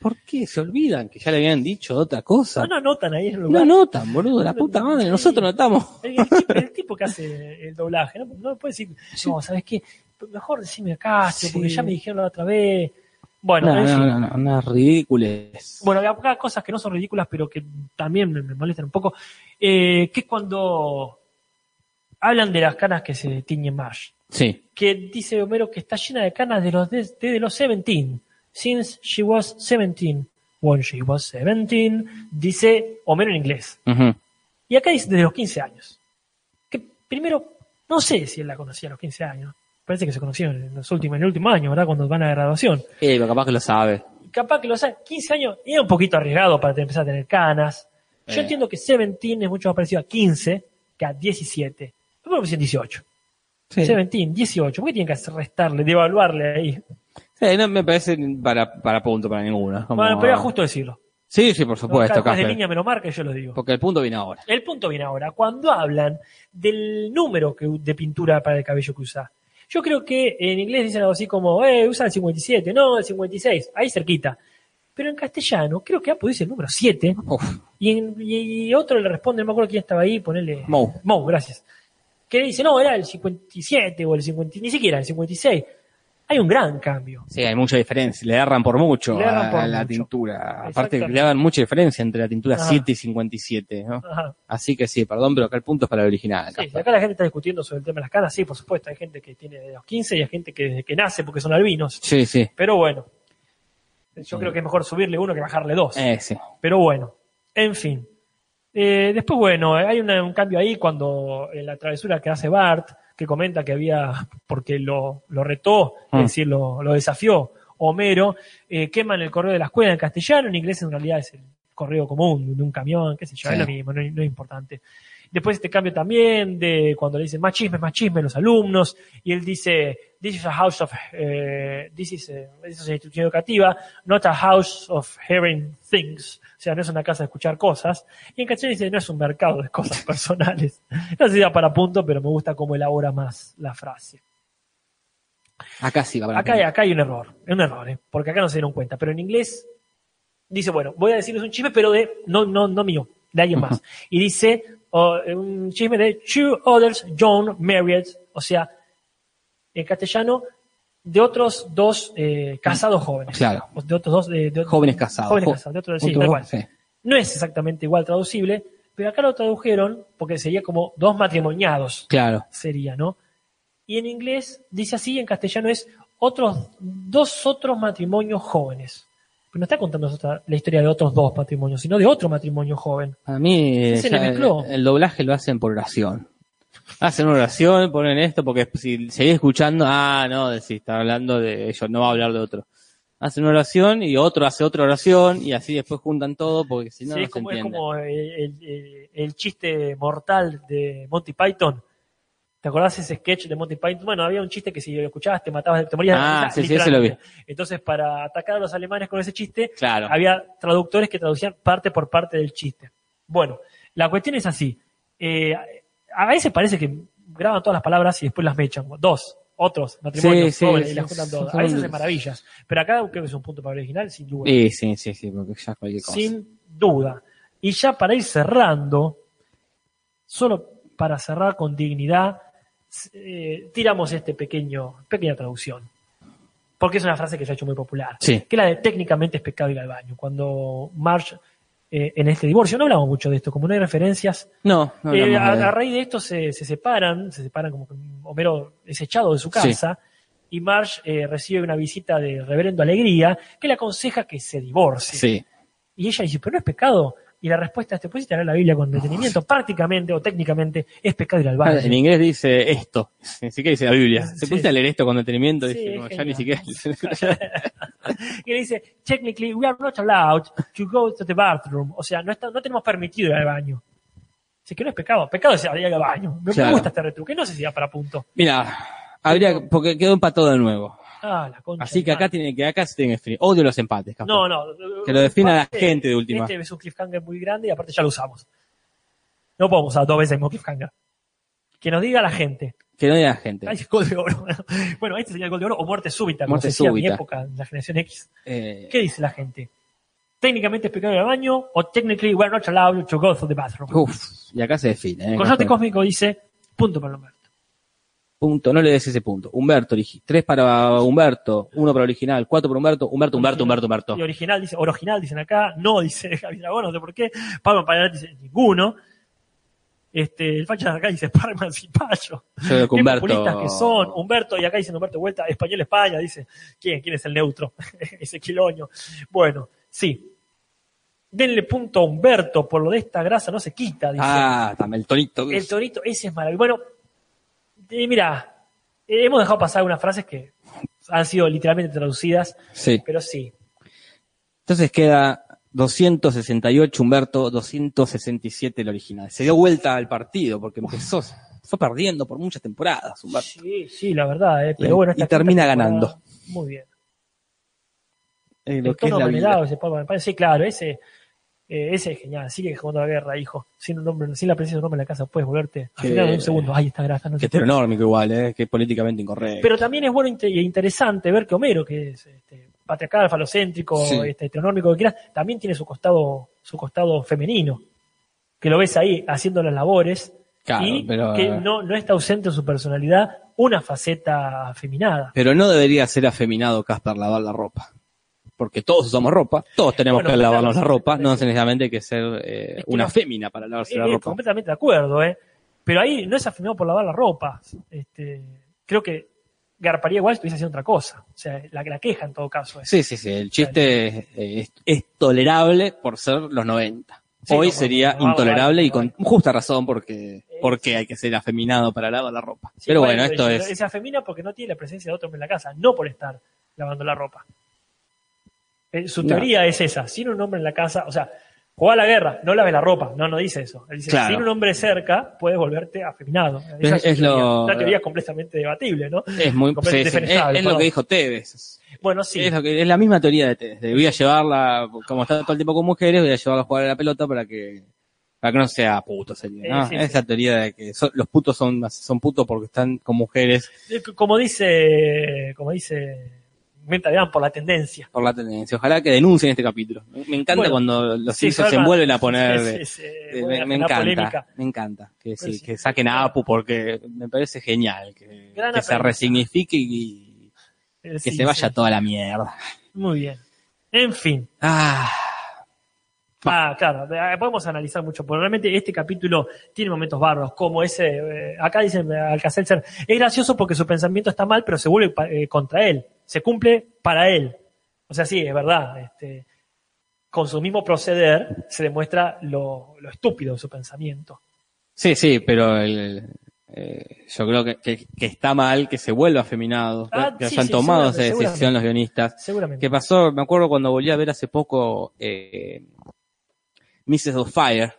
¿Por qué se olvidan que ya le habían dicho otra cosa? No, no anotan ahí en el No lugar. notan, boludo, la puta madre, nosotros notamos. El, el tipo, el tipo que hace el doblaje, ¿no? No puede decir, no, ¿sabes qué? Mejor decime acá, Sí. porque ya me dijeron la otra vez. Bueno, No, en fin. no, no, no, no, ridícules. Bueno, acá cosas que no son ridículas, pero que también me, me molestan un poco, eh, que es cuando hablan de las canas que se tiñen más. Sí, Que dice Homero que está llena de canas de los des- desde los 17. Since she was 17. When she was 17, dice Homero en inglés. ujú, Y acá dice desde los 15 años. Que primero, no sé si él la conocía a los 15 años. Parece que se conocieron en, los últimos, en el último año, ¿verdad? Cuando van a la graduación. Eh, pero capaz que lo sabe. Capaz que los años, 15 años era un poquito arriesgado para te- empezar a tener canas. Yo Eh. entiendo que 17 es mucho más parecido a 15 que a 17. ¿Por qué dicen 18? Sí. 17, 18. ¿Por qué tienen que hacer- restarle, devaluarle ahí? Sí, Eh, no me parece para, para punto para ninguno. Como- Bueno, pero era justo decirlo. Sí, sí, por supuesto, Los de Casper. línea me lo marca y yo lo digo. Porque el punto viene ahora. El punto viene ahora. Cuando hablan del número que, de pintura para el cabello que usa, yo creo que en inglés dicen algo así como, eh, usa el 57, no, el 56, ahí cerquita. Pero en castellano, creo que Apu dice el número 7, Uf, y, en- y- y otro le responde, no me acuerdo quién estaba ahí, ponele. Mou. Mo, gracias. Que le dice, no, era el 57 o el 50, ni siquiera el 56. Hay un gran cambio. Sí, hay mucha diferencia. Le erran por mucho Le erran a por la mucho. tintura. Aparte, Exactamente. le dan mucha diferencia entre la tintura Ajá. 7 y 57. ¿no? Ajá. Así que sí, perdón, pero acá el punto es para la original. Sí, si Casper. acá la gente está discutiendo sobre el tema de las canas, sí, por supuesto, hay gente que tiene de los 15 y hay gente que desde que nace porque son albinos. Sí, sí. Pero bueno, yo Sí. creo que es mejor subirle uno que bajarle dos. Eh, sí. Pero bueno, en fin. Eh, después, bueno, eh, hay una- un cambio ahí cuando en la travesura que hace Bart, que comenta que había, porque lo, lo retó, Mm. es decir, lo, lo desafió Homero, eh, queman el correo de la escuela en castellano, en inglés en realidad es el correo común de un camión, qué sé yo, Sí. es lo mismo, no, no es importante. Después este cambio también de cuando le dicen más chisme, más chisme a los alumnos, y él dice, this is a house of, eh, this is, eh, this is una institución educativa, not a house of hearing things, o sea, no es una casa de escuchar cosas, y en castellano dice, no es un mercado de cosas personales. No sé si da para punto, pero me gusta cómo elabora más la frase. Acá sí va para Acá, hay- acá hay un error, es un error, ¿eh? porque acá no se dieron cuenta, pero en inglés dice, bueno, voy a decirles un chisme, pero de, no, no, no mío, de alguien más. Y dice, oh, un chisme de two others, John married, o sea, en castellano, de otros dos eh, casados jóvenes. Claro. O De otros dos, eh, de, Jóvenes casados. Jóvenes Jo- casados, de otros, sí, Punto tal dos, cual. sí. No es exactamente igual traducible, pero acá lo tradujeron porque sería como dos matrimoniados Claro. sería, ¿no? Y en inglés dice así, en castellano es otros dos otros matrimonios jóvenes. Pero no está contando otra- la historia de otros dos matrimonios, sino de otro matrimonio joven. Para mí, eh, Sí, se le ya mezcló. el, el doblaje lo hacen por oración. Hacen una oración, ponen esto, porque si seguís escuchando, ah, no, decís, está hablando de ellos, no va a hablar de otro. Hacen una oración y otro hace otra oración y así después juntan todo porque si no, Sí, no es, se como, es entiende. como el, el- el chiste mortal de Monty Python. ¿Te acordás ese sketch de Monty Python? Bueno, había un chiste que si lo escuchabas te matabas, te morías de Ah, risa, sí, sí, ese lo vi. literalmente. Entonces, para atacar a los alemanes con ese chiste, Claro. había traductores que traducían parte por parte del chiste. Bueno, la cuestión es así. Eh, a veces parece que graban todas las palabras y después las mechan. Dos, otros, matrimonios, Sí, sí, jóvenes, sí, y las juntan sí, todas. son- A veces de maravillas. Pero acá creo que es un punto para el original, sin duda. Sí, sí, sí, sí, porque ya es cualquier cosa. sin duda. Y ya para ir cerrando, solo para cerrar con dignidad, eh, tiramos este pequeño, pequeña traducción. Porque es una frase que se ha hecho muy popular Sí. que la de técnicamente es pecado ir al baño. Cuando Marge, eh, en este divorcio, no hablamos mucho de esto, como no hay referencias, No, no eh, hablamos de- a, a raíz de esto se, se separan, se separan como que Homero es echado de su Sí. casa y Marge eh, recibe una visita del reverendo Alegría que le aconseja que se divorcie. Sí. Y ella dice, pero no es pecado. Y la respuesta es, te puedes leer la Biblia con detenimiento, prácticamente o técnicamente es pecado ir al Ah, baño. En inglés dice esto, ni siquiera dice la Biblia. ¿Se Sí. pusiste a leer esto con detenimiento? Sí, Dije, es no, ya ni siquiera. genial. y le dice, technically we are not allowed to go to the bathroom. O sea, no, está- no tenemos permitido ir al baño. Así que no es pecado. Pecado es ir al baño. Me Claro. gusta este retruque. No sé si da para punto. Mira, habría, porque quedó empatado de nuevo. Ah, la concha Así que de acá madre. tiene que, acá se tiene que definir. Odio los empates, capaz. No, no. Que lo defina la Aparte, gente de última. Este es un cliffhanger muy grande y aparte ya lo usamos. No podemos usar dos veces el mismo cliffhanger. Que nos diga la gente. Que no diga la gente. Ay, gol Este, de oro. Bueno, este sería el gol de oro o muerte súbita, como Muerte se decía en mi súbita. época, en la generación X. Eh, ¿Qué dice la gente? Técnicamente es pecado ir al baño o technically we're not allowed to go to the bathroom. uf, y acá se define. eh, Coyote capaz. Cósmico dice, punto para Humberto. Punto, no le des ese punto. Humberto, origi- tres para Humberto, uno para original, cuatro para Humberto, Humberto, Humberto, Humberto, Humberto. Y original dice, original dicen acá, no dice Javier Dragón, no sé por qué. Pablo Payarat dice, ninguno. Este, el facha de acá dice Parma Cipayo. Yo creo que Qué Humberto. populistas que son. Humberto, y acá dicen Humberto Vuelta, Español España, dice. ¿Quién? ¿Quién es el neutro? Ese quiloño. Bueno, sí. Denle punto a Humberto, por lo de esta grasa no se quita, dice. Ah, también el tonito. El torito, ese es maravilloso. Bueno, eh, mira, eh, hemos dejado pasar unas frases que han sido literalmente traducidas, Sí. pero sí. Entonces queda 268 Humberto, 267 el original. Se dio vuelta al partido porque empezó, fue perdiendo por muchas temporadas Humberto. Sí, sí, la verdad, eh, Y- pero bueno. esta y termina quinta ganando. temporada, Muy bien. Eh, lo El que es tono la vida. amanerado, ese Pablo Payarat, Sí, claro, ese, eh, ese es genial. Sigue jugando a la guerra, hijo. Sin un nombre, sin la presencia de un hombre en la casa puedes volverte al Que- final de un segundo. Ay, está grasa. no Que sé. heteronórmico igual, eh, que es políticamente incorrecto. Pero también es bueno inte- e interesante ver que Homero, que es este, patriarcal, falocéntrico, Sí. este, heteronómico, lo que quieras, también tiene su costado, su costado femenino. Que lo ves ahí haciendo las labores Claro, y pero, eh, que no, no está ausente en su personalidad una faceta afeminada. pero no debería ser afeminado Casper lavar la ropa. Porque todos usamos ropa, todos tenemos Bueno, que claro, lavarnos la sí, ropa, no sí. necesariamente hay que ser eh, Es que una no- fémina para lavarse la Eh, eh, ropa. completamente de acuerdo, ¿eh? Pero ahí no es afirmado por lavar la ropa. Este, creo que garparía igual si estuviese haciendo otra cosa. O sea, la, la queja en todo caso. Es. Sí, sí, sí. El chiste es, es- es tolerable por ser los 90. Sí, Hoy no, sería no, no, intolerable no, y con no, Eh, justa razón porque, porque hay que ser afeminado para lavar la ropa. Sí, Pero por bueno, eso esto dice, es. Se afemina porque no tiene la presencia de otro hombre en la casa, no por estar lavando la ropa. Eh, su No. teoría es esa. Sin un hombre en la casa, o sea, jugá a la guerra, no laves la ropa. No, no dice eso. Él dice, Claro. sin un hombre cerca, puedes volverte afeminado. Esa Es- su es lo- teoría. Una teoría completamente debatible, ¿no? Es muy. sí, sí, es- defenestable, es lo perdón. que dijo Tevez. Bueno, sí. Es, lo que, es la misma teoría de Tevez. de Voy a llevarla, como está todo el tiempo con mujeres, voy a llevarla a jugar a la pelota para que. Para que no sea puto, sería. ¿no? Eh, sí, Esa teoría de que son- los putos son, son putos porque están con mujeres Eh, c- como dice, como dice Mirta Legrand, por la tendencia. por la tendencia. Ojalá que denuncien este capítulo. Me me encanta Bueno, cuando los Sí, hijos se Salva- envuelven a poner. sí, de- sí, sí, Eh, vuelve a me, me generar encanta, polémica. me encanta que, Pero sí, sí. que saquen a Apu porque me parece genial que, Gran que se aprendizaje. resignifique y Eh, que sí, se vaya sí. toda la mierda. Muy bien. En fin. Ah, Ah, claro, eh, podemos analizar mucho, porque realmente este capítulo tiene momentos barros, como ese, eh, acá dice Alcacelser, es gracioso porque su pensamiento está mal, pero se vuelve pa- eh, contra él, se cumple para él. O sea, sí, es verdad, este, con su mismo proceder se demuestra lo, lo estúpido de su pensamiento. sí, sí, pero el- eh, yo creo que, que- que está mal que se vuelva afeminado, Ah, que sí, hayan sí, tomado esa seguramente, decisión los guionistas. Seguramente. que pasó, me acuerdo cuando volví a ver hace poco eh, Mrs. of Fire,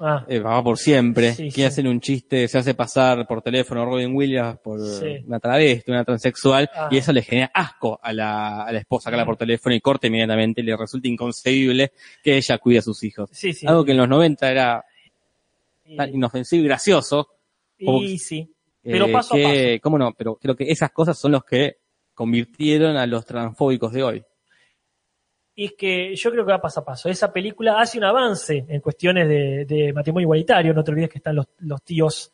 Ah. eh, Papá por siempre, Sí, quiere sí. hacer un chiste, se hace pasar por teléfono a Robin Williams por Sí. una travesti, una transexual, Ah. Mm. y eso le genera asco a la, a la esposa que habla por teléfono y corta inmediatamente, le resulta inconcebible que ella cuide a sus hijos. Sí, sí. Algo que en los 90 era tan Y, inofensivo y gracioso. como- y sí. Pero paso a Eh, que- ¿Cómo no? Pero creo que esas cosas son los que convirtieron a los transfóbicos de hoy. Y es que yo creo que va paso a paso. Esa película hace un avance en cuestiones de, de matrimonio igualitario. No te olvides que están los, los tíos,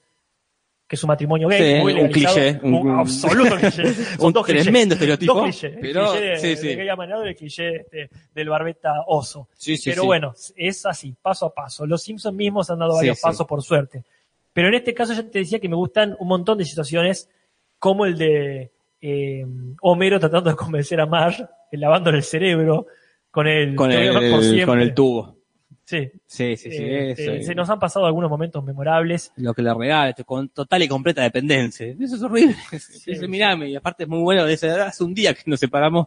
que es un matrimonio gay. Sí, muy un legalizado. cliché, un- Un absoluto cliché. Son Un dos clichés. tremendo estereotipo, Dos clichés. El pero- cliché de, sí, de sí. gay amanerado y el cliché este, del barbeta oso. Sí, pero bueno, es así, paso a paso. Los Simpsons mismos han dado Sí, varios sí. pasos, por suerte. Pero en este caso ya te decía que me gustan un montón de situaciones, como el de eh, Homero tratando de convencer a Marge, eh, lavándole el cerebro con el, Con "Te voy a amar por el, siempre". con el tubo. Sí, Sí, sí, sí. eh, eso, eh, y- se nos han pasado algunos momentos memorables. lo que le regala, este, con total y completa dependencia. Eso es horrible. sí. Dice, mirame, y aparte es muy bueno, dice, hace un día que nos separamos.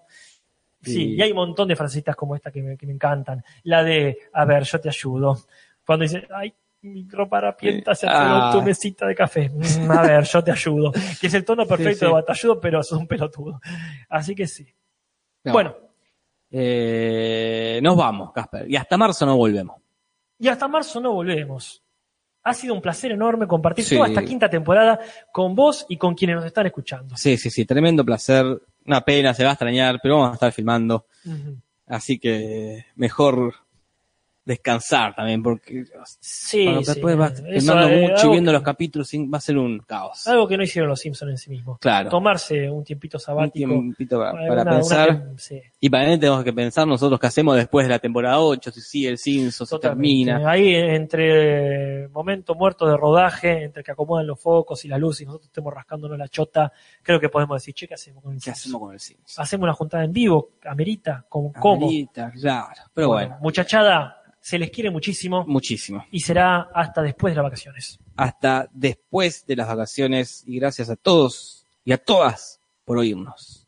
Sí, Y- y hay un montón de frasecitas como esta que me, que me encantan. La de, a ver, yo te ayudo. Cuando dice, ay, microparapienta se Ah. ah. tu mesita de café. Mm, A ver, yo te ayudo. Que es el tono perfecto sí. de batalludo, pero sos un pelotudo. Así que sí. No. Bueno, Eh, nos vamos, Casper. Y hasta marzo no volvemos. y hasta marzo no volvemos. Ha sido un placer enorme compartir Sí. toda esta quinta temporada con vos y con quienes nos están escuchando. Sí, sí, sí, tremendo placer. Una pena, se va a extrañar, pero vamos a estar filmando. Ujú. Así que mejor descansar también, porque Sí, cuando sí. después vas Eso, filmando eh, mucho y algo viendo que- los capítulos sin- va a ser un caos. Algo que no hicieron los Simpsons en sí mismos. Claro. Tomarse un tiempito Un sabático. tiempito para, Bueno, para una- una pensar. tem- sí, Y para mí tenemos que pensar nosotros qué hacemos después de la temporada 8, si sigue el cinzo, si totalmente. termina. Ahí entre eh, momento muerto de rodaje, entre que acomodan los focos y la luz y nosotros estemos rascándonos la chota, creo que podemos decir, che, ¿qué hacemos con el ¿Qué Simpsons? hacemos con el cinzo? Hacemos una juntada en vivo, amerita, con Ah, cómo. Ahorita, Claro, pero bueno, Muchachada, se les quiere muchísimo muchísimo. y será hasta después de las vacaciones. Hasta después de las vacaciones y gracias a todos y a todas por oírnos.